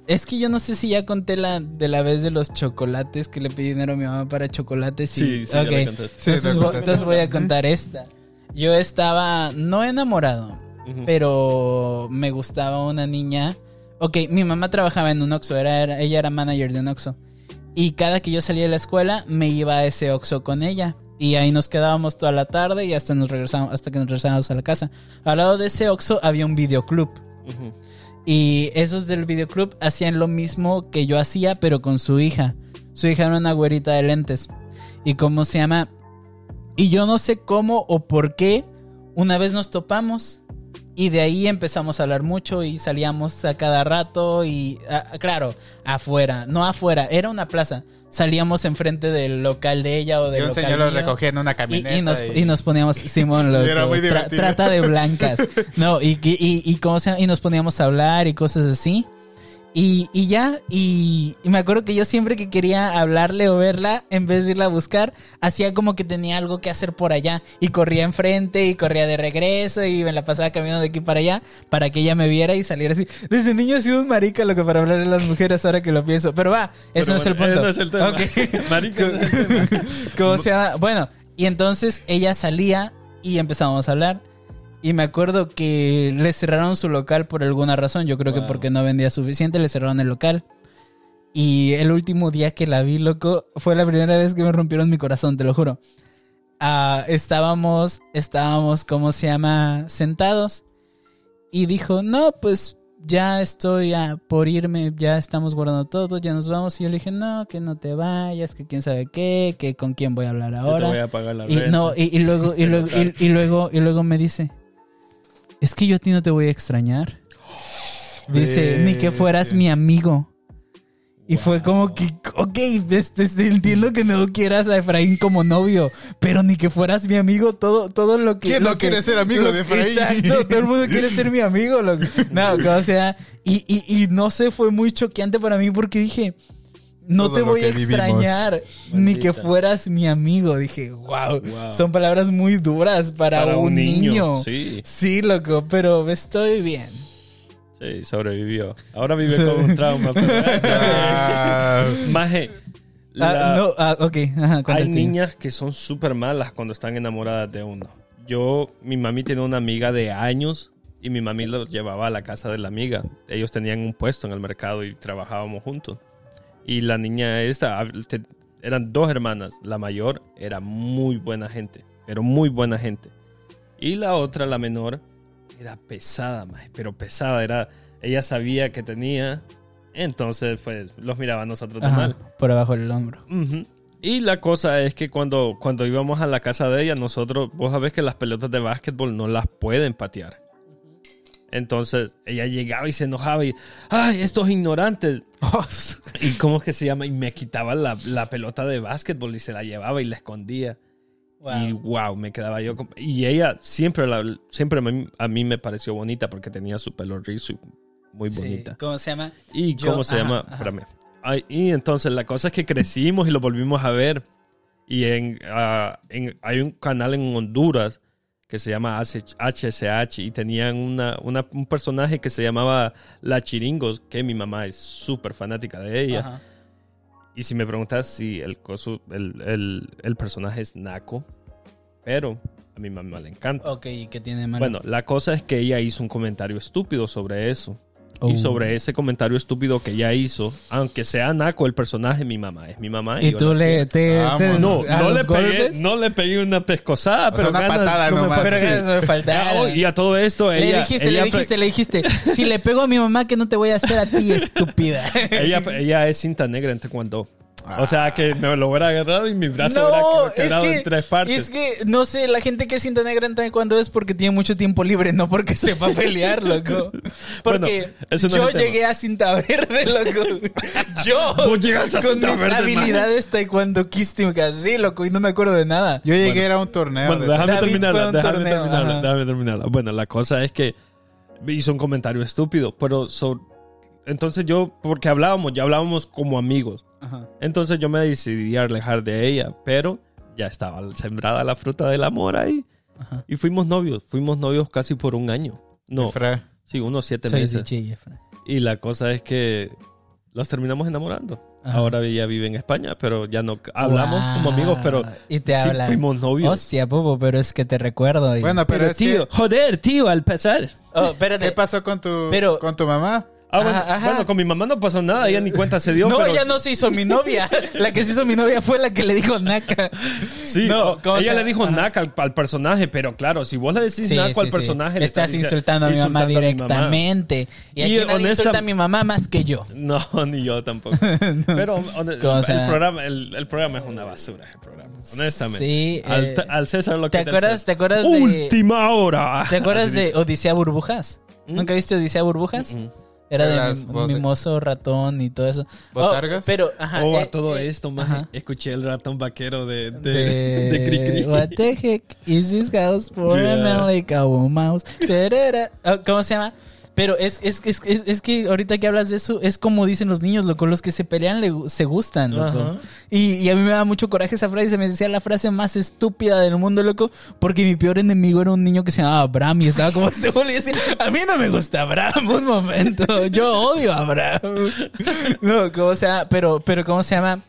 Speaker 1: Es que yo no sé si ya conté la de la vez de los chocolates que le pedí dinero a mi mamá para chocolates.
Speaker 3: Sí,
Speaker 1: Y,
Speaker 3: sí, ya la
Speaker 1: ok.
Speaker 3: contaste.
Speaker 2: Sí,
Speaker 1: Entonces,
Speaker 2: lo
Speaker 1: vo-
Speaker 2: contaste.
Speaker 1: entonces voy a contar esta. Yo estaba no enamorado,
Speaker 3: Ujú.
Speaker 1: pero me gustaba una niña. Ok, mi mamá trabajaba en un Oxxo, era, era- ella era manager de un Oxxo. Y cada que yo salía de la escuela, me iba a ese Oxxo con ella. Y ahí nos quedábamos toda la tarde y hasta, nos regresábamos, hasta que nos regresábamos a la casa. Al lado de ese Oxxo había un videoclub.
Speaker 3: Ujú.
Speaker 1: Y esos del videoclub hacían lo mismo que yo hacía, pero con su hija. Su hija era una güerita de lentes. ¿Y cómo se llama? Y yo no sé cómo o por qué una vez nos topamos. Y de ahí empezamos a hablar mucho y salíamos a cada rato y, ah, claro, afuera, no afuera, era una plaza. Salíamos enfrente del local de ella o del
Speaker 2: Yo un
Speaker 1: local
Speaker 2: señor lo
Speaker 1: mío.
Speaker 2: recogí en una
Speaker 1: Y,
Speaker 2: camioneta.
Speaker 1: y nos,
Speaker 2: y-
Speaker 1: y nos poníamos, Simón, loco,
Speaker 2: Era muy
Speaker 1: tra-
Speaker 2: divertido.
Speaker 1: trata de blancas. No, y, y, y, y cómo se llama, y nos poníamos a hablar y cosas así. Y, y ya, y, y me acuerdo que yo siempre que quería hablarle o verla, en vez de irla a buscar, hacía como que tenía algo que hacer por allá. Y corría enfrente y corría de regreso y me la pasaba caminando de aquí para allá para que ella me viera y saliera así. Desde niño he sido un marica lo que para hablarle a las mujeres ahora que lo pienso. Pero va, ese
Speaker 3: Pero
Speaker 1: no es el
Speaker 3: bueno,
Speaker 1: punto.
Speaker 3: ese no es el tema.
Speaker 1: Ok.
Speaker 3: Marica, ese es el tema.
Speaker 1: ¿Cómo se llama? Bueno, y entonces ella salía y empezábamos a hablar. Y me acuerdo que le cerraron su local por alguna razón. Yo creo que
Speaker 3: Wow.
Speaker 1: porque no vendía suficiente, le cerraron el local. Y el último día que la vi, loco, fue la primera vez que me rompieron mi corazón, te lo juro. Ah, estábamos, estábamos, ¿cómo se llama? Sentados. Y dijo, no, pues ya estoy ah, por irme, ya estamos guardando todo, ya nos vamos. Y yo le dije, no, que no te vayas, que quién sabe qué, que con quién voy a hablar
Speaker 3: Yo te voy
Speaker 1: ahora.
Speaker 3: a pagar la
Speaker 1: Y,
Speaker 3: renta.
Speaker 1: no, y, y luego, y, luego, y, y luego, y luego me dice, es que yo a ti no te voy a extrañar. Dice, ni que fueras mi amigo. Y fue como que, ok, este, este, entiendo que no quieras a Efraín como novio, pero ni que fueras mi amigo, todo, todo lo que...
Speaker 2: ¿Quién
Speaker 1: lo
Speaker 2: no
Speaker 1: que-
Speaker 2: quiere ser amigo
Speaker 1: lo-
Speaker 2: de Efraín?
Speaker 1: Exacto, todo el mundo quiere ser mi amigo. lo- no, o sea, y, y- y no sé, fue muy choqueante para mí porque dije, no
Speaker 2: Todo
Speaker 1: te
Speaker 2: lo
Speaker 1: voy a
Speaker 2: que vivimos.
Speaker 1: extrañar, ni
Speaker 3: Maldita.
Speaker 1: que fueras mi amigo. Dije, wow,
Speaker 3: Wow.
Speaker 1: son palabras muy duras para,
Speaker 3: Para
Speaker 1: un, niño. Sí.
Speaker 3: Sí,
Speaker 1: loco, pero estoy bien.
Speaker 3: sí, sobrevivió. Ahora vive
Speaker 1: Sí.
Speaker 3: con un trauma. pero-
Speaker 2: Ah,
Speaker 3: Maje, la-
Speaker 1: Ah, no, ah, ok, ajá,
Speaker 3: hay
Speaker 1: continúa.
Speaker 3: niñas que son súper malas cuando están enamoradas de uno. Yo, mi mami tiene una amiga de años y mi mami lo llevaba a la casa de la amiga. Ellos tenían un puesto en el mercado y trabajábamos juntos. Y la niña esta, hab- te- eran dos hermanas. La mayor era muy buena gente, pero muy buena gente. Y la otra, la menor, era pesada, maje, pero pesada. Era, ella sabía que tenía, entonces pues los miraba a nosotros de
Speaker 1: Ajá,
Speaker 3: mal.
Speaker 1: por abajo del hombro.
Speaker 3: Ujú. Y la cosa es que cuando, cuando íbamos a la casa de ella, nosotros, vos sabés que las pelotas de básquetbol no las pueden patear. Entonces ella llegaba y se enojaba y, ay, estos ignorantes. ¿Y cómo es que se llama? Y me quitaba la, la pelota de básquetbol y se la llevaba y la escondía. Y wow, me quedaba yo. con- Y ella siempre, la- siempre a mí, a mí me pareció bonita porque tenía su pelo rizo y muy
Speaker 1: Sí,
Speaker 3: bonita.
Speaker 1: ¿Cómo se llama?
Speaker 3: ¿Y
Speaker 1: Yo-
Speaker 3: cómo se
Speaker 1: ajá,
Speaker 3: llama?
Speaker 1: ajá.
Speaker 3: Espérame. Ay, y entonces la cosa es que crecimos y lo volvimos a ver. Y en, ah, en- hay un canal en Honduras que se llama HCH y tenían una, una- un personaje que se llamaba La Chiringos, que mi mamá es súper fanática de ella.
Speaker 1: Ajá.
Speaker 3: Y si me preguntas si el, coso- el, el- el personaje es naco, pero a mi mamá le encanta.
Speaker 1: Ok, ¿y qué tiene de malo?
Speaker 3: Bueno, la cosa es que ella hizo un comentario estúpido sobre eso.
Speaker 1: Oh.
Speaker 3: Y sobre ese comentario estúpido que ella hizo, aunque sea naco el personaje, mi mamá es mi mamá.
Speaker 1: Y
Speaker 3: yo
Speaker 1: tú
Speaker 3: la
Speaker 1: le...
Speaker 3: quiero.
Speaker 1: Te,
Speaker 2: Vámonos.
Speaker 1: te-
Speaker 3: No,
Speaker 1: a
Speaker 3: no
Speaker 1: los
Speaker 3: le, pegué,
Speaker 1: golpes?
Speaker 3: no le pegué una pescozada,
Speaker 2: O sea,
Speaker 3: pero
Speaker 2: una
Speaker 3: ganas
Speaker 2: patada
Speaker 3: no me
Speaker 2: nomás.
Speaker 1: Pero
Speaker 3: puedes-
Speaker 1: eso me faltaba.
Speaker 3: Ah, oh, y a todo esto,
Speaker 1: Le
Speaker 3: ella,
Speaker 1: dijiste,
Speaker 3: ella
Speaker 1: le
Speaker 3: pe-
Speaker 1: dijiste, le dijiste. Si le pego a mi mamá, que no te voy a hacer a ti, estúpida.
Speaker 3: ella, ella es cinta negra en taekwondo. O
Speaker 2: Ah.
Speaker 3: sea, que me lo hubiera agarrado y mi brazo
Speaker 1: No,
Speaker 3: hubiera
Speaker 1: es
Speaker 3: quebrado
Speaker 1: que,
Speaker 3: en tres partes.
Speaker 1: es que, no sé, la gente que es cinta negra en taekwondo es porque tiene mucho tiempo libre, no porque sepa pelear, loco. Porque
Speaker 3: Bueno, ese no
Speaker 1: yo
Speaker 3: es el tema.
Speaker 1: llegué a cinta verde, loco. Yo,
Speaker 3: Vos llegas a
Speaker 1: con
Speaker 3: cinta
Speaker 1: mis
Speaker 3: verde, man.
Speaker 1: habilidades taekwondo quísticas, sí, loco, y no me acuerdo de nada.
Speaker 2: yo llegué a un torneo.
Speaker 3: Bueno,
Speaker 2: de-
Speaker 3: déjame
Speaker 1: David fue a
Speaker 3: terminarla,
Speaker 1: un
Speaker 3: déjame
Speaker 1: torneo,
Speaker 3: terminarla,
Speaker 1: ajá.
Speaker 3: déjame terminarla. Bueno, la cosa es que hizo un comentario estúpido, pero so- entonces yo, porque hablábamos, ya hablábamos como amigos.
Speaker 1: Ajá.
Speaker 3: Entonces yo me decidí a alejar de ella, pero ya estaba sembrada la fruta del amor ahí.
Speaker 1: Ajá.
Speaker 3: Y fuimos novios, fuimos novios casi por un año. No,
Speaker 2: Fra-
Speaker 3: sí, unos siete
Speaker 1: Soy
Speaker 3: meses.
Speaker 1: DJ, Efra.
Speaker 3: Y la cosa es que los terminamos enamorando.
Speaker 1: Ajá.
Speaker 3: Ahora ella vive en España, pero ya no hablamos
Speaker 1: Wow.
Speaker 3: como amigos, pero
Speaker 1: Y te
Speaker 3: sí
Speaker 1: hablan.
Speaker 3: fuimos novios.
Speaker 1: Hostia, Bobo, pero es que te recuerdo. y-
Speaker 2: Bueno, pero, es que-
Speaker 3: joder, tío, al pasar.
Speaker 1: Oh,
Speaker 2: ¿Qué
Speaker 1: espérate.
Speaker 2: pasó con tu,
Speaker 1: Pero-
Speaker 2: con tu mamá?
Speaker 3: Ah, bueno,
Speaker 1: Ajá, ajá.
Speaker 3: bueno, con mi mamá no pasó nada, ella ni cuenta se dio.
Speaker 1: No,
Speaker 3: pero
Speaker 1: ella no se hizo mi novia. La que se hizo mi novia fue la que le dijo naca.
Speaker 3: Sí,
Speaker 1: No, ¿cómo
Speaker 3: ella
Speaker 1: se-
Speaker 3: le dijo
Speaker 1: Ajá.
Speaker 3: naca al, al personaje, pero claro, si vos le decís
Speaker 1: Sí,
Speaker 3: naco
Speaker 1: sí,
Speaker 3: al
Speaker 1: sí.
Speaker 3: personaje, le
Speaker 1: Estás
Speaker 3: diciendo-
Speaker 1: insultando a mi mamá
Speaker 3: insultando a mi mamá.
Speaker 1: directamente. Y,
Speaker 3: Y,
Speaker 1: aquí nadie
Speaker 3: honesta-
Speaker 1: insulta a mi mamá más que yo.
Speaker 3: No, ni yo tampoco. Pero hone-
Speaker 1: ¿Cómo
Speaker 3: el,
Speaker 1: se-
Speaker 3: programa, el, el programa es una basura, el programa, honestamente.
Speaker 1: Sí,
Speaker 3: al,
Speaker 1: eh,
Speaker 3: al César lo
Speaker 1: ¿te
Speaker 3: que del
Speaker 1: acuerdas-
Speaker 3: César.
Speaker 1: te acuerdas de-
Speaker 3: Última hora.
Speaker 1: ¿Te acuerdas
Speaker 3: Así
Speaker 1: de
Speaker 3: dice.
Speaker 1: Odisea Burbujas?
Speaker 3: Mm.
Speaker 1: ¿Nunca viste Odisea Burbujas?
Speaker 3: Mm.
Speaker 1: Era
Speaker 2: De
Speaker 1: de
Speaker 2: las
Speaker 1: mi-
Speaker 2: bot-
Speaker 1: mimoso ratón y todo eso. Oh,
Speaker 2: ¿Botargas?
Speaker 1: pero, ajá.
Speaker 3: Oh,
Speaker 1: eh,
Speaker 3: a todo
Speaker 1: eh,
Speaker 3: esto, más
Speaker 1: ajá.
Speaker 3: escuché el ratón vaquero de, de,
Speaker 1: De,
Speaker 3: de, Cricri. ah.
Speaker 1: What the heck is this house for a
Speaker 3: Yeah.
Speaker 1: man like a woman mouse? Tarara. Oh, ¿Cómo se llama? Pero es, es, es, es- es que ahorita que hablas de eso, es como dicen los niños, loco, los que se pelean le gu- se gustan, loco.
Speaker 3: Ajá.
Speaker 1: Y, y a mí me da mucho coraje esa frase, se me decía la frase más estúpida del mundo, loco, porque mi peor enemigo era un niño que se llamaba Bram y estaba como este boludo y decía, a mí no me gusta Bram, un momento, yo odio a Bram. No, ¿cómo se llama? Pero, pero ¿cómo se llama?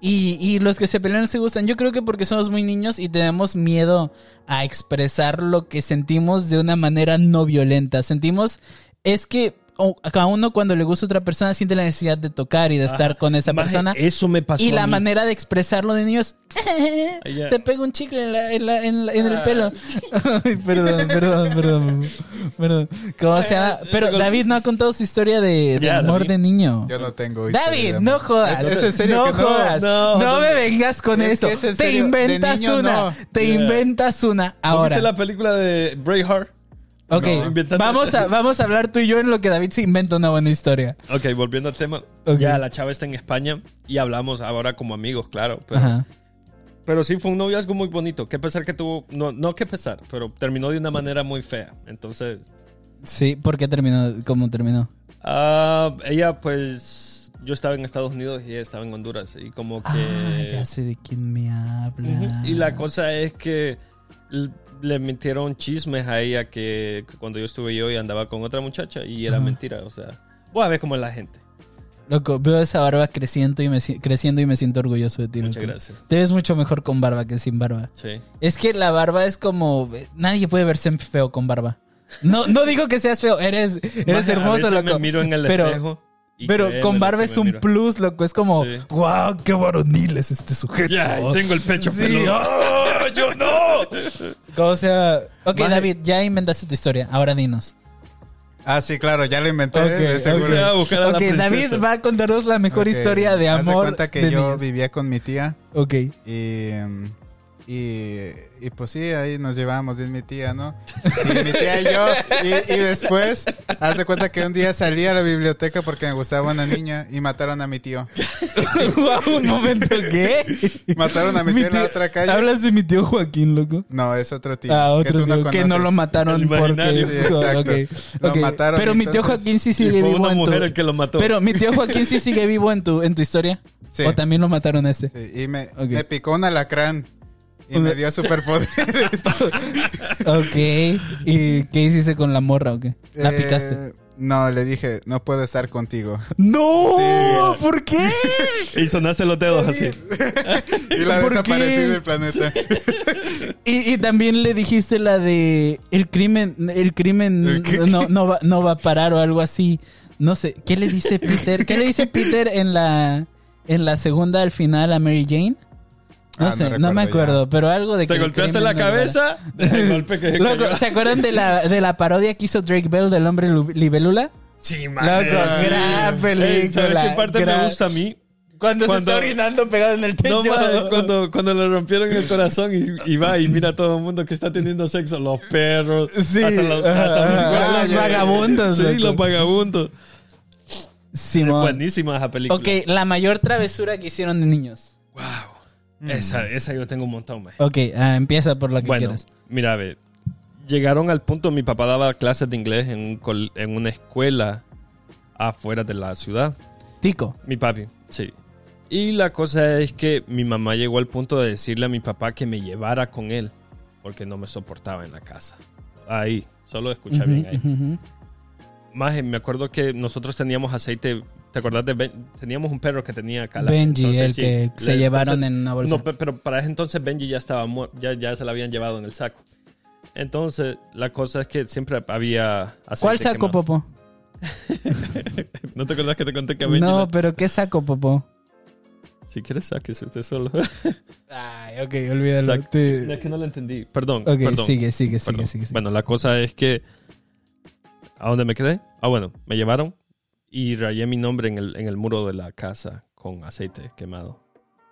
Speaker 1: Y, y los que se pelean se gustan. Yo creo que porque somos muy niños y tenemos miedo a expresar lo que sentimos de una manera no violenta. Sentimos, es que o- a uno cuando le gusta a otra persona siente la necesidad de tocar y de estar
Speaker 3: Ajá.
Speaker 1: con esa
Speaker 3: Maje,
Speaker 1: persona.
Speaker 3: Eso me pasó.
Speaker 1: Y
Speaker 3: a
Speaker 1: la
Speaker 3: mí.
Speaker 1: manera de expresarlo de niños,
Speaker 3: Ella-
Speaker 1: te pego un chicle en, la- en la- en la- en
Speaker 3: Ah.
Speaker 1: el pelo. Ay, perdón, perdón, perdón, perdón. ¿Cómo se llama? Pero David no ha contado su historia de, de
Speaker 3: Ya,
Speaker 1: amor
Speaker 3: David.
Speaker 1: de niño.
Speaker 2: Yo no tengo historia de
Speaker 1: David,
Speaker 2: amor.
Speaker 1: no jodas.
Speaker 2: Es, es en serio
Speaker 1: no,
Speaker 2: que no.
Speaker 1: jodas. No,
Speaker 3: No, no.
Speaker 1: me vengas con
Speaker 2: Es que
Speaker 1: eso.
Speaker 2: es en
Speaker 1: te
Speaker 2: serio, de
Speaker 1: inventas
Speaker 2: niño
Speaker 1: una.
Speaker 2: no.
Speaker 1: Te
Speaker 3: Yeah.
Speaker 1: inventas una.
Speaker 3: ¿No ¿Viste
Speaker 1: Ahora.
Speaker 3: la película de Braveheart?
Speaker 1: Ok,
Speaker 3: No, inventando-
Speaker 1: vamos, a, vamos a hablar tú y yo en lo que David se inventa una buena historia.
Speaker 3: Ok, volviendo al tema.
Speaker 1: Ok.
Speaker 3: Ya, la chava está en España y hablamos ahora como amigos, claro. Pero,
Speaker 1: Ajá.
Speaker 3: pero sí, fue un noviazgo muy bonito. Qué pesar que tuvo... No, no qué pesar, pero terminó de una manera muy fea. Entonces,
Speaker 1: Sí, ¿por qué terminó? ¿Cómo terminó?
Speaker 3: ah, ella pues... Yo estaba en Estados Unidos y ella estaba en Honduras. Y como que...
Speaker 1: Ah, ya sé de quién me habla.
Speaker 3: Eh. Ujú. Y la cosa es que l- le mintieron chismes a ella que que cuando yo estuve yo y andaba con otra muchacha y era
Speaker 1: Ajá.
Speaker 3: mentira. O sea, voy a ver cómo es la gente.
Speaker 1: Loco, veo esa barba creciendo y me, si- creciendo y me siento orgulloso de ti.
Speaker 3: Muchas
Speaker 1: loco.
Speaker 3: gracias.
Speaker 1: Te ves mucho mejor con barba que sin barba.
Speaker 3: Sí.
Speaker 1: Es que la barba es como. Nadie puede verse feo con barba. No, no digo que seas feo, eres, eres
Speaker 3: Maje, a
Speaker 1: hermoso,
Speaker 3: veces
Speaker 1: loco.
Speaker 3: Me miro en el
Speaker 1: pero,
Speaker 3: espejo. y
Speaker 1: Pero
Speaker 3: créeme
Speaker 1: con
Speaker 3: lo
Speaker 1: barba
Speaker 3: que
Speaker 1: es
Speaker 3: me
Speaker 1: un
Speaker 3: miro.
Speaker 1: plus, loco. Es como,
Speaker 3: Sí.
Speaker 1: wow, qué varonil es este sujeto.
Speaker 3: Ya, y tengo el pecho
Speaker 1: Sí,
Speaker 3: peludo.
Speaker 1: ¡ah, yo no. O sea, ok,
Speaker 3: Maje.
Speaker 1: David, ya inventaste tu historia. Ahora dinos.
Speaker 2: Ah, sí, claro, ya lo inventé.
Speaker 1: Ok,
Speaker 2: de seguro.
Speaker 3: Eh, Voy a buscar a la
Speaker 1: Ok, David
Speaker 3: princesa.
Speaker 1: va a contarnos la mejor
Speaker 2: Ok,
Speaker 1: historia de
Speaker 2: haz
Speaker 1: amor.
Speaker 2: cuenta que
Speaker 1: de
Speaker 2: yo
Speaker 1: niños.
Speaker 2: vivía con mi tía
Speaker 1: Ok.
Speaker 2: y, mm, y, y pues sí, ahí nos llevábamos bien mi tía, ¿no? Y mi tía y yo. Y, y después, haz de cuenta que un día salí a la biblioteca porque me gustaba una niña y mataron a mi tío.
Speaker 1: wow, un momento, ¿qué?
Speaker 2: Mataron a mi tío en la
Speaker 1: tío-
Speaker 2: otra calle.
Speaker 1: Hablas de mi tío Joaquín, loco.
Speaker 2: No, es otro tío.
Speaker 1: Ah,
Speaker 2: que
Speaker 1: otro
Speaker 2: tú
Speaker 1: tío, que no
Speaker 2: conoces.
Speaker 1: lo mataron
Speaker 3: El
Speaker 1: porque
Speaker 3: imaginario.
Speaker 2: Sí, exacto.
Speaker 1: ok,
Speaker 2: Lo
Speaker 1: ok.
Speaker 2: mataron,
Speaker 1: Pero mi tío
Speaker 2: entonces-
Speaker 1: Joaquín sí
Speaker 3: Y
Speaker 1: sigue
Speaker 3: fue
Speaker 1: vivo
Speaker 3: una
Speaker 1: en tu
Speaker 3: mujer el que lo mató.
Speaker 1: Pero mi tío Joaquín sí sigue vivo en tu en tu historia
Speaker 2: Sí.
Speaker 1: o también lo mataron a este.
Speaker 2: Sí, y me,
Speaker 1: Ok.
Speaker 2: me picó un alacrán y me dio superpoderes.
Speaker 1: Ok. ¿Y qué hiciste con la morra o qué? La
Speaker 2: Eh,
Speaker 1: picaste.
Speaker 2: no, le dije, no puedo estar contigo.
Speaker 1: No,
Speaker 2: sí.
Speaker 1: ¿por qué?
Speaker 3: Y sonaste los dedos así.
Speaker 2: Y la
Speaker 1: ¿Por
Speaker 2: desaparecí
Speaker 1: qué?
Speaker 2: del planeta.
Speaker 1: Y, y también le dijiste la de el crimen, el crimen
Speaker 2: ¿El qué?
Speaker 1: no, no, va, no va a parar o algo así. No sé, ¿qué le dice Peter? ¿Qué le dice Peter en la en la segunda al final a Mary Jane? No
Speaker 2: Ah, no
Speaker 1: sé, no,
Speaker 2: recuerdo
Speaker 1: me
Speaker 2: ya.
Speaker 1: acuerdo, pero algo de que.
Speaker 3: Te
Speaker 1: el
Speaker 3: golpeaste
Speaker 1: crimen
Speaker 3: la
Speaker 1: no va a parar.
Speaker 3: cabeza. El golpe que
Speaker 1: Loco,
Speaker 3: cayó.
Speaker 1: ¿se acuerdan de la, de la parodia que hizo Drake Bell del hombre lu- libélula?
Speaker 3: Sí,
Speaker 1: Loco,
Speaker 3: maje, sí.
Speaker 1: gran
Speaker 3: Ey,
Speaker 1: película.
Speaker 3: ¿Sabes qué parte
Speaker 1: gran-
Speaker 3: me gusta a mí?
Speaker 1: Cuando,
Speaker 3: Cuando-
Speaker 1: se está orinando pegado en el techo.
Speaker 3: No, madre, cuando, cuando le rompieron el corazón y, y va y mira a todo el mundo que está teniendo sexo, los perros,
Speaker 1: Sí,
Speaker 3: hasta los,
Speaker 1: ajá,
Speaker 3: hasta los-
Speaker 1: ajá,
Speaker 2: Ah,
Speaker 1: los
Speaker 2: ya, ya, ya.
Speaker 1: vagabundos.
Speaker 3: sí,
Speaker 1: loco.
Speaker 3: los vagabundos.
Speaker 1: Simón.
Speaker 3: Buenísima esa película.
Speaker 1: Ok, la mayor travesura que hicieron de niños.
Speaker 3: Wow. Esa, esa yo tengo un montón, maje.
Speaker 1: Ok, ah, empieza por la que
Speaker 3: Bueno,
Speaker 1: quieras.
Speaker 3: mira, a ver. Llegaron al punto, mi papá daba clases de inglés en, un col- en una escuela afuera de la ciudad.
Speaker 1: Tico.
Speaker 3: Mi papi, sí. Y la cosa es que mi mamá llegó al punto de decirle a mi papá que me llevara con él, porque no me soportaba en la casa. Ahí, solo escucha bien ahí.
Speaker 1: Ujú, ujú.
Speaker 3: Maje, me acuerdo que nosotros teníamos aceite, ¿te acordás de Ben? Teníamos un perro que tenía cala.
Speaker 1: Benji,
Speaker 3: Entonces,
Speaker 1: el
Speaker 3: sí,
Speaker 1: que
Speaker 3: le-
Speaker 1: se
Speaker 3: entonces-
Speaker 1: llevaron en una bolsa.
Speaker 3: No, pe- pero para ese entonces Benji ya estaba muerto, ya, ya se la habían llevado en el saco. Entonces, la cosa es que siempre había aceite
Speaker 1: ¿Cuál saco,
Speaker 3: quemado.
Speaker 1: Popo?
Speaker 3: ¿No te acuerdas que te conté que a Benji
Speaker 1: No,
Speaker 3: la-
Speaker 1: pero ¿qué saco, Popo?
Speaker 3: Si quieres, sáquese usted solo.
Speaker 1: Ay, ok, olvídalo.
Speaker 3: Sac-
Speaker 1: Te-
Speaker 3: es que no lo entendí. Perdón,
Speaker 1: Ok,
Speaker 3: perdón.
Speaker 1: sigue, sigue, sigue,
Speaker 3: perdón.
Speaker 1: sigue, sigue.
Speaker 3: Bueno, la cosa es que. ¿A dónde me quedé? Ah, bueno, me llevaron y rayé mi nombre en el, en el muro de la casa con aceite quemado.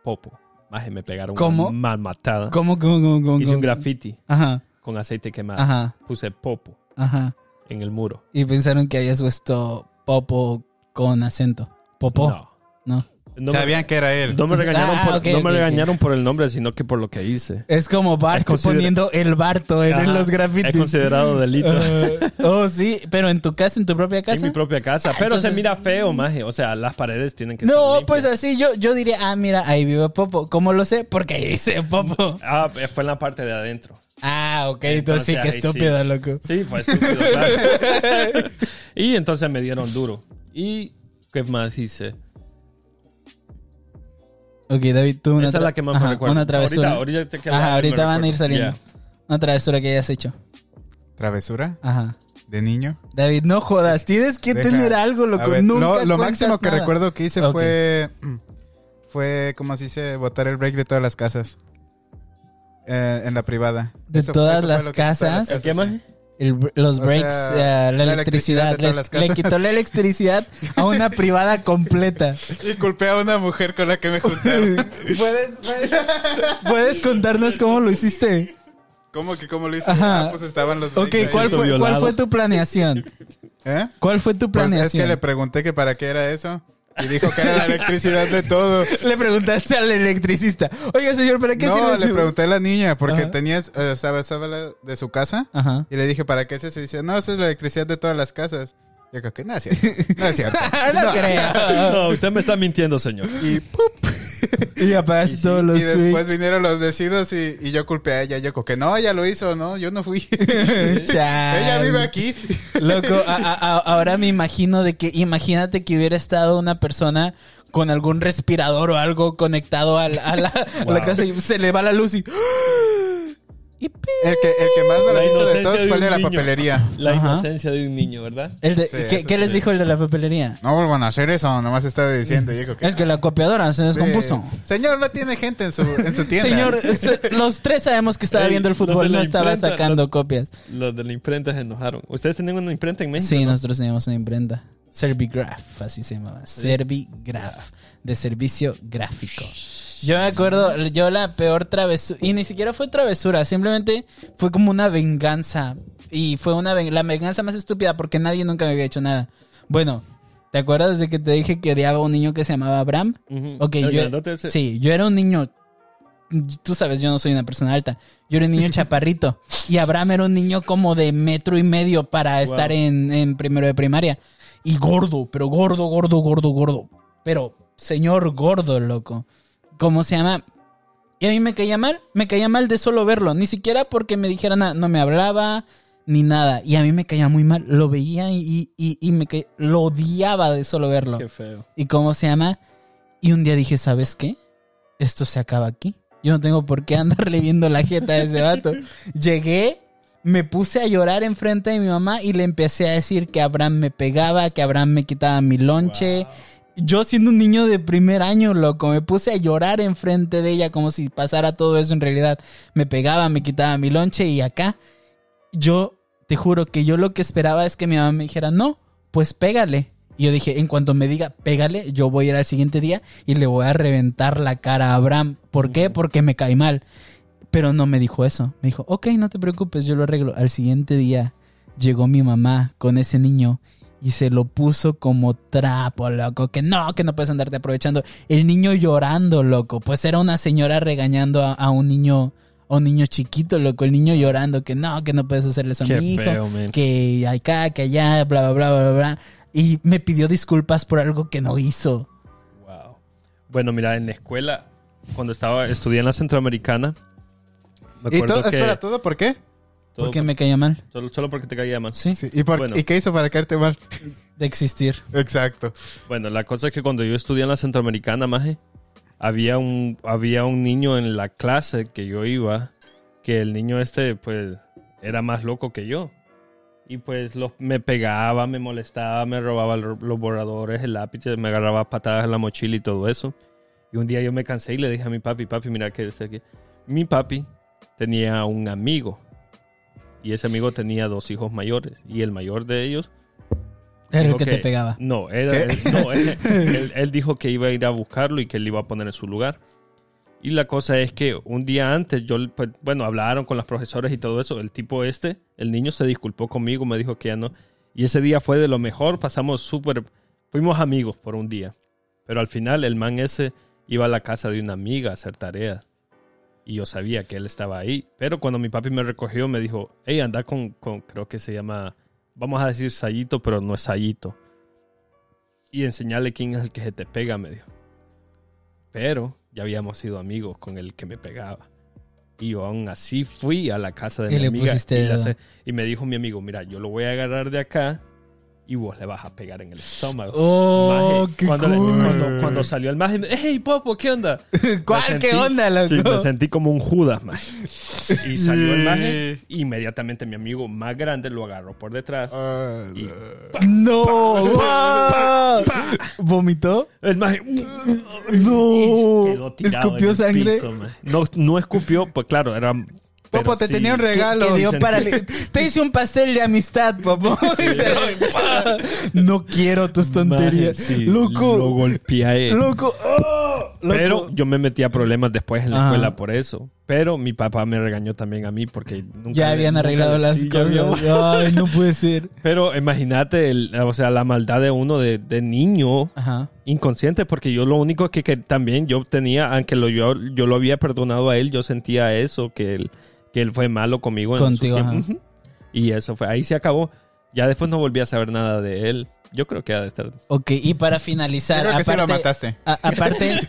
Speaker 3: Popo. Maje, me pegaron
Speaker 1: ¿Cómo?
Speaker 3: una mal matada.
Speaker 1: ¿Cómo, cómo, cómo, cómo?
Speaker 3: Hice un Ah.
Speaker 1: cómo?
Speaker 3: graffiti
Speaker 1: Ajá,
Speaker 3: con aceite quemado.
Speaker 1: ajá,
Speaker 3: Puse Popo
Speaker 1: ajá.
Speaker 3: en el muro.
Speaker 1: Y pensaron que habías puesto Popo con acento. Popo.
Speaker 3: No.
Speaker 1: No.
Speaker 3: No me,
Speaker 2: Sabían que era él.
Speaker 3: no me regañaron,
Speaker 1: Ah,
Speaker 3: por,
Speaker 1: ok,
Speaker 3: no me
Speaker 1: ok, ok.
Speaker 3: regañaron por el nombre, sino que por lo que hice.
Speaker 1: Es como Bart
Speaker 3: Es consider-
Speaker 1: poniendo el Barto en, en
Speaker 3: Ajá,
Speaker 1: los
Speaker 3: Es
Speaker 1: grafitis.
Speaker 3: considerado delito.
Speaker 1: Ah, oh, sí, pero en tu casa, en tu propia
Speaker 3: En
Speaker 1: casa.
Speaker 3: mi propia casa. Pero
Speaker 1: entonces-
Speaker 3: se mira feo, maje. O sea, las paredes tienen que
Speaker 1: No,
Speaker 3: estar
Speaker 1: pues
Speaker 3: limpias.
Speaker 1: así yo, yo diría, ah, mira, ahí vive Popo. ¿Cómo lo sé? Porque ahí dice Popo.
Speaker 3: Ah, pues, fue en la parte de adentro.
Speaker 1: Ah, ok, entonces sí,
Speaker 3: Entonces,
Speaker 1: qué
Speaker 3: ahí sí.
Speaker 1: estúpido, loco.
Speaker 3: Sí, fue estúpido, claro. y entonces me dieron duro. ¿Y qué más hice?
Speaker 1: Ok, David, tú una
Speaker 3: Esa es
Speaker 1: tra-
Speaker 3: la que más
Speaker 1: Ajá,
Speaker 3: me recuerda.
Speaker 1: Una travesura.
Speaker 3: Ahorita, ahorita, te queda-
Speaker 1: Ajá,
Speaker 3: me
Speaker 1: ahorita van a ir
Speaker 3: recuerdo.
Speaker 1: saliendo. Una travesura que hayas hecho.
Speaker 2: Travesura
Speaker 1: Ajá.
Speaker 2: de niño.
Speaker 1: David, no jodas, tienes que
Speaker 2: Deja-
Speaker 1: tener algo, loco.
Speaker 2: A ver,
Speaker 1: Nunca
Speaker 2: lo, lo
Speaker 1: cuentas
Speaker 2: máximo que
Speaker 1: nada.
Speaker 2: recuerdo que hice
Speaker 1: Ok.
Speaker 2: fue. Fue, como se dice, botar el break de todas las casas. Eh, en la privada.
Speaker 1: ¿De todas las
Speaker 2: lo que hice en todas
Speaker 3: Ya. ¿El qué más?
Speaker 1: El br- los
Speaker 2: O
Speaker 1: breaks,
Speaker 2: sea,
Speaker 1: eh, la,
Speaker 2: la electricidad
Speaker 1: electricidad,
Speaker 2: de todas
Speaker 1: les-
Speaker 2: las
Speaker 1: le
Speaker 2: casas.
Speaker 1: quitó la electricidad a una privada completa.
Speaker 2: Y culpé a una mujer con la que me juntaron.
Speaker 1: ¿Puedes, puedes, puedes contarnos cómo lo hiciste?
Speaker 2: ¿Cómo que cómo lo hice?
Speaker 1: Ajá.
Speaker 2: Ah, pues estaban los
Speaker 1: Ok,
Speaker 2: breaks ahí.
Speaker 1: ¿cuál fue, ¿cuál
Speaker 3: violado.
Speaker 1: fue tu planeación?
Speaker 2: ¿Eh?
Speaker 1: ¿Cuál fue tu
Speaker 2: Pues es que
Speaker 1: planeación?
Speaker 2: le pregunté que para qué era eso. Y dijo que era la electricidad de todo.
Speaker 1: le... preguntaste al electricista, oiga señor, ¿para qué
Speaker 2: No,
Speaker 1: sirve
Speaker 2: le
Speaker 1: su-?"
Speaker 2: pregunté a la niña porque
Speaker 1: Ajá.
Speaker 2: tenías, eh, estaba, estaba la- de su casa.
Speaker 1: Ajá.
Speaker 2: Y le dije, ¿para qué es eso? Y dice, no, esa es la electricidad de todas las casas. Y yo creo que no es cierto. No es cierto.
Speaker 1: no, creo.
Speaker 3: No, usted me está mintiendo, señor.
Speaker 2: Y, ¡pup!
Speaker 1: Y apagaste todos los
Speaker 2: y después
Speaker 1: switch.
Speaker 2: vinieron los vecinos y, y yo culpé a ella. Yo creo que no, ella lo hizo, no, yo no fui.
Speaker 1: Chale.
Speaker 2: ella vive aquí.
Speaker 1: Loco, a- a- a- ahora me imagino de que, imagínate que hubiera estado una persona con algún respirador o algo conectado al- a, la, a la
Speaker 3: Wow.
Speaker 1: casa y se le va la luz y... y pi-
Speaker 2: El que, el que más
Speaker 3: La
Speaker 2: me lo hizo de
Speaker 3: inocencia
Speaker 2: todos
Speaker 3: de
Speaker 2: fue el de
Speaker 3: un
Speaker 2: la
Speaker 3: niño.
Speaker 2: papelería.
Speaker 3: La
Speaker 1: Ajá.
Speaker 3: inocencia de un niño, ¿verdad?
Speaker 1: El de-
Speaker 2: Sí,
Speaker 1: ¿Qué,
Speaker 2: eso
Speaker 1: qué les
Speaker 2: sí.
Speaker 1: dijo el de la papelería?
Speaker 2: No vuelvan a hacer eso, nomás estaba diciendo. Yo creo que
Speaker 1: Es que la copiadora se
Speaker 2: Sí.
Speaker 1: descompuso.
Speaker 2: Señor, no tiene gente en su, en su tienda.
Speaker 1: Señor, se- los tres sabemos que estaba
Speaker 3: Ey,
Speaker 1: viendo el
Speaker 3: los de
Speaker 1: fútbol,
Speaker 3: la
Speaker 1: no estaba
Speaker 3: imprenta,
Speaker 1: sacando
Speaker 3: los-
Speaker 1: copias.
Speaker 3: Los de la imprenta se enojaron. ¿Ustedes tenían una imprenta en México?
Speaker 1: Sí,
Speaker 3: no?
Speaker 1: nosotros teníamos una imprenta. Servigraph, así se llamaba. Servigraph, de servicio gráfico. Yo me acuerdo, yo la peor travesura, y ni siquiera fue travesura, simplemente fue como una venganza. Y fue una ven- la venganza más estúpida porque nadie nunca me había hecho nada. Bueno, ¿te acuerdas de que te dije que odiaba a un niño que se llamaba Abraham?
Speaker 3: Ujú.
Speaker 1: Ok,
Speaker 3: El
Speaker 1: yo,
Speaker 3: grandote ese.
Speaker 1: sí, yo era un niño. Tú sabes, yo no soy una persona alta. Yo era un niño chaparrito. Y Abraham era un niño como de metro y medio para estar en, en primero de primaria. Y gordo, pero gordo, gordo, gordo, gordo. Pero señor gordo, loco. ¿Cómo se llama? Y a mí me caía mal. Me caía mal de solo verlo. Ni siquiera porque me dijera nada. No me hablaba ni nada. Y a mí me caía muy mal. Lo veía y, y- y me caía- lo odiaba de solo verlo.
Speaker 3: Qué feo.
Speaker 1: ¿Y cómo se llama? Y un día dije, ¿sabes qué? Esto se acaba aquí. Yo no tengo por qué andarle viendo la jeta a ese vato. Llegué, me puse a llorar enfrente de mi mamá y le empecé a decir que Abraham me pegaba, que Abraham me quitaba mi lonche.
Speaker 3: Wow.
Speaker 1: Yo siendo un niño de primer año, loco, me puse a llorar enfrente de ella como si pasara todo eso en realidad. Me pegaba, me quitaba mi lonche y acá yo te juro que yo lo que esperaba es que mi mamá me dijera, "No, pues pégale." Y yo dije, en cuanto me diga, pégale, yo voy a ir al siguiente día y le voy a reventar la cara a Abraham. ¿Por qué? Porque me cae mal. Pero no me dijo eso. Me dijo, ok, no te preocupes, yo lo arreglo. Al siguiente día llegó mi mamá con ese niño y se lo puso como trapo, loco. Que no, que no puedes andarte aprovechando. El niño llorando, loco. Pues era una señora regañando a, a un niño. a un niño chiquito, loco, el niño llorando, que no, que no puedes hacerle eso a
Speaker 3: Qué
Speaker 1: mi hijo,
Speaker 3: feo, man.
Speaker 1: que acá, que allá, bla, bla, bla, bla, bla. Y me pidió disculpas por algo que no hizo.
Speaker 3: Wow. Bueno, mira, en la escuela, cuando estaba estudié en la Centroamericana, me
Speaker 2: ¿Y
Speaker 3: acuerdo
Speaker 2: todo,
Speaker 3: que
Speaker 2: espera, ¿todo por qué?
Speaker 3: todo-
Speaker 1: Porque me caía mal,
Speaker 3: solo, solo porque te caía mal.
Speaker 1: ¿sí?
Speaker 2: Sí, ¿y, por-
Speaker 3: Bueno.
Speaker 2: ¿Y qué hizo para caerte mal?
Speaker 1: De existir.
Speaker 2: Exacto.
Speaker 3: Bueno, la cosa es que cuando yo estudié en la Centroamericana, maje, había un, había un niño en la clase que yo iba, que el niño este, pues, era más loco que yo. Y pues los- me pegaba, me molestaba, me robaba lo- los borradores, el lápiz, me agarraba patadas en la mochila y todo eso. Y un día yo me cansé y le dije a mi papi, papi, mira que es aquí. Mi papi tenía un amigo. Y ese amigo tenía dos hijos mayores. Y el mayor de ellos
Speaker 1: Era el
Speaker 3: dijo
Speaker 1: que te pegaba.
Speaker 3: No, era, él, no, él- él- él dijo que iba a ir a buscarlo y que él iba a poner en su lugar. Y la cosa es que un día antes, yo, pues, bueno, hablaron con los profesores y todo eso. El tipo este, el niño se disculpó conmigo, me dijo que ya no. Y ese día fue de lo mejor, pasamos súper, fuimos amigos por un día. Pero al final el man ese iba a la casa de una amiga a hacer tareas. Y yo sabía que él estaba ahí. Pero cuando mi papi me recogió, me dijo, hey, anda con, con- creo que se llama, vamos a decir Sayito, pero no es Sayito. Y enseñarle quién es el que se te pega, me dijo. Pero ya habíamos sido amigos con el que me pegaba. Y yo aún así fui a la casa de
Speaker 1: Y
Speaker 3: mi
Speaker 1: le
Speaker 3: amiga.
Speaker 1: pusiste
Speaker 3: la
Speaker 1: dedo.
Speaker 3: se- y me dijo mi amigo, mira, yo lo voy a agarrar de acá y vos le vas a pegar en el estómago.
Speaker 1: Oh,
Speaker 3: Maje,
Speaker 1: qué
Speaker 3: cuando, le-
Speaker 1: cool.
Speaker 3: cuando- cuando salió el maje, me- hey Popo, ¿qué onda?
Speaker 1: ¿Cuál?
Speaker 3: Me
Speaker 1: ¿Qué onda, loco?
Speaker 3: Sí, me sentí como un Judas, maje. Y salió el maje, inmediatamente mi amigo más grande lo agarró por detrás.
Speaker 2: Ah,
Speaker 3: Y
Speaker 1: No. wow. ¿Vomitó?
Speaker 3: el maje uh,
Speaker 1: No.
Speaker 3: quedó tirado
Speaker 1: Escupió
Speaker 3: en el
Speaker 1: sangre.
Speaker 3: piso, maje. no, no escupió, pues claro, era... pero
Speaker 2: Popo, te
Speaker 3: sí.
Speaker 2: tenía un
Speaker 1: Que-
Speaker 2: regalo.
Speaker 1: que dio
Speaker 3: Dicen.
Speaker 1: para- Te hice un pastel de amistad, papá. Dice, "Pa, no quiero tus tonterías.
Speaker 3: Maje, sí, Lo
Speaker 1: loco.
Speaker 3: golpeé.
Speaker 1: Loco.
Speaker 2: ¡ah!
Speaker 1: oh, loco. Ah.
Speaker 3: Pero yo me metí a problemas después en la
Speaker 1: Ajá.
Speaker 3: escuela por eso. Pero mi papá me regañó también a mí porque nunca...
Speaker 1: ya habían
Speaker 3: nunca-
Speaker 1: arreglado las
Speaker 3: sí, ya habíamos-
Speaker 1: cosas. Ay, no puede ser.
Speaker 3: Pero imagínate, el- o sea, la maldad de uno de, de niño
Speaker 1: Ajá.
Speaker 3: inconsciente, porque yo lo único que, que también yo tenía, aunque lo, yo, yo lo había perdonado a él, yo sentía eso, que él, que él fue malo conmigo. en su
Speaker 1: Contigo,
Speaker 3: tiempo.
Speaker 1: ajá.
Speaker 3: Ujú. Y eso fue, ahí se acabó. Ya después no volví a saber nada de él. Yo creo que ha de estar...
Speaker 1: Ok, y para finalizar,
Speaker 2: Creo que sí lo
Speaker 1: aparte-
Speaker 2: mataste.
Speaker 1: a- aparte,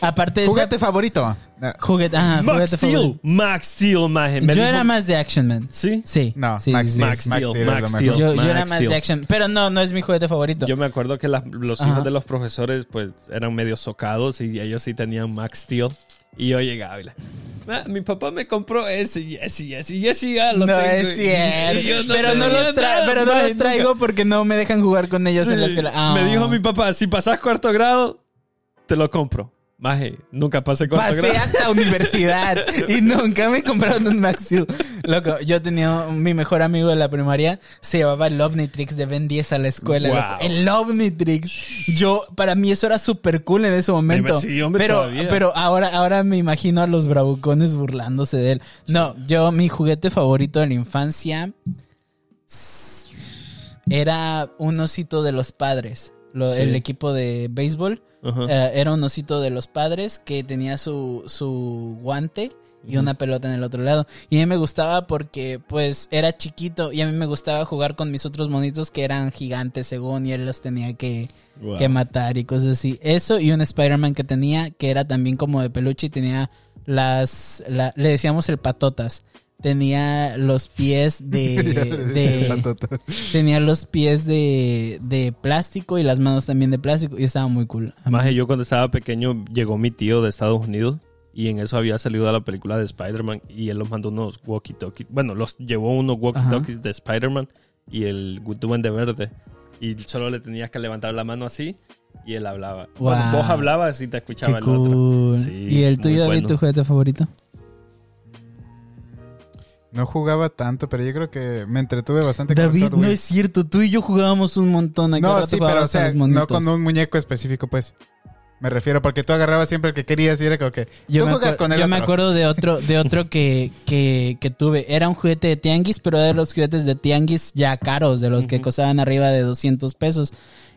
Speaker 1: aparte de esa-
Speaker 2: Juguete favorito. Ah.
Speaker 1: Juguete, ajá,
Speaker 3: Max
Speaker 1: juguete
Speaker 3: Steel,
Speaker 1: favorito.
Speaker 3: Max Steel, maje, me
Speaker 1: Yo
Speaker 3: dijo-
Speaker 1: era más de Action Man.
Speaker 3: Sí,
Speaker 1: Sí.
Speaker 2: No,
Speaker 1: sí,
Speaker 2: Max
Speaker 1: sí, sí.
Speaker 2: Steel.
Speaker 3: Max Steel,
Speaker 2: Steel es lo
Speaker 3: Max
Speaker 2: mejor.
Speaker 3: Steel.
Speaker 1: Yo, yo era
Speaker 3: Max
Speaker 1: más
Speaker 3: Steel.
Speaker 1: de Action, pero no, no es mi juguete favorito.
Speaker 3: Yo me acuerdo que las- los
Speaker 1: Ajá.
Speaker 3: hijos de los profesores pues eran medio socados y ellos sí tenían Max Steel. Y yo llegaba y la, "Ma, mi papá me compró ese y ese y ese y ese ya
Speaker 1: no
Speaker 3: lo tengo".
Speaker 1: es
Speaker 3: Y- y
Speaker 1: cierto.
Speaker 3: yo
Speaker 1: pero no
Speaker 3: tenía
Speaker 1: los, tra-
Speaker 3: nada,
Speaker 1: pero no
Speaker 3: ma,
Speaker 1: los traigo
Speaker 3: nunca.
Speaker 1: porque no me dejan jugar con ellos en la
Speaker 3: Sí.
Speaker 1: escuela. Ah.
Speaker 3: Me dijo mi papá, si pasas cuarto grado, te lo compro. Maje, nunca pasé cuarto
Speaker 1: Pasé
Speaker 3: grado.
Speaker 1: hasta universidad y nunca me compraron un Max Steel. Loco, yo tenía un- mi mejor amigo de la primaria, se llevaba el Omnitrix de Ben 10 a la escuela.
Speaker 3: Wow.
Speaker 1: loco. El Omnitrix. Yo, para mí eso era súper cool en ese momento.
Speaker 3: Sí, hombre,
Speaker 1: pero
Speaker 3: todavía.
Speaker 1: pero ahora, ahora me imagino a los bravucones burlándose de él. No, yo, mi juguete favorito de la infancia era un osito de los padres. Lo-
Speaker 3: Sí.
Speaker 1: El equipo de béisbol.
Speaker 3: Ajá.
Speaker 1: Eh, era un osito de los padres que tenía su, su guante y una pelota en el otro lado. Y a mí me gustaba porque, pues, era chiquito y a mí me gustaba jugar con mis otros monitos que eran gigantes, según, y él los tenía que,
Speaker 3: Wow.
Speaker 1: que matar y cosas así. Eso y un Spider-Man que tenía, que era también como de peluche y tenía las. la- le decíamos el patotas. Tenía los pies de. eh, de- tenía los pies de, de plástico y las manos también de plástico. Y estaba muy cool. A mí
Speaker 3: Maje, yo cuando estaba pequeño llegó mi tío de Estados Unidos y en eso había salido la película de Spider-Man y él los mandó unos walkie-talkies. Bueno, los llevó unos walkie-talkies de Spider-Man y el Duende Verde. Y solo le tenías que levantar la mano así y él hablaba. Bueno,
Speaker 1: Wow.
Speaker 3: vos hablabas y te
Speaker 1: Qué
Speaker 3: escuchaba el
Speaker 1: cool.
Speaker 3: otro. Sí,
Speaker 1: ¿Y el
Speaker 3: muy
Speaker 1: tuyo, David,
Speaker 3: bueno.
Speaker 1: tu juguete favorito?
Speaker 2: No jugaba tanto, pero yo creo que me entretuve bastante
Speaker 1: David,
Speaker 2: con Scott
Speaker 1: no
Speaker 2: Wheel.
Speaker 1: es cierto. Tú y yo jugábamos un montón. ¿A qué
Speaker 2: No,
Speaker 1: rato
Speaker 2: sí, pero o
Speaker 1: jugabas a
Speaker 2: sea,
Speaker 1: los monitos?
Speaker 2: no con un muñeco específico, pues. Me refiero, porque tú agarrabas siempre el que querías y era como que.
Speaker 1: Yo
Speaker 2: tú
Speaker 1: me,
Speaker 2: juegas
Speaker 1: acuer-
Speaker 2: con el
Speaker 1: yo
Speaker 2: otro.
Speaker 1: me acuerdo de otro, de otro que, que, que tuve. Era un juguete de tianguis, pero era de los juguetes de tianguis ya caros, de los que costaban arriba de 200 pesos.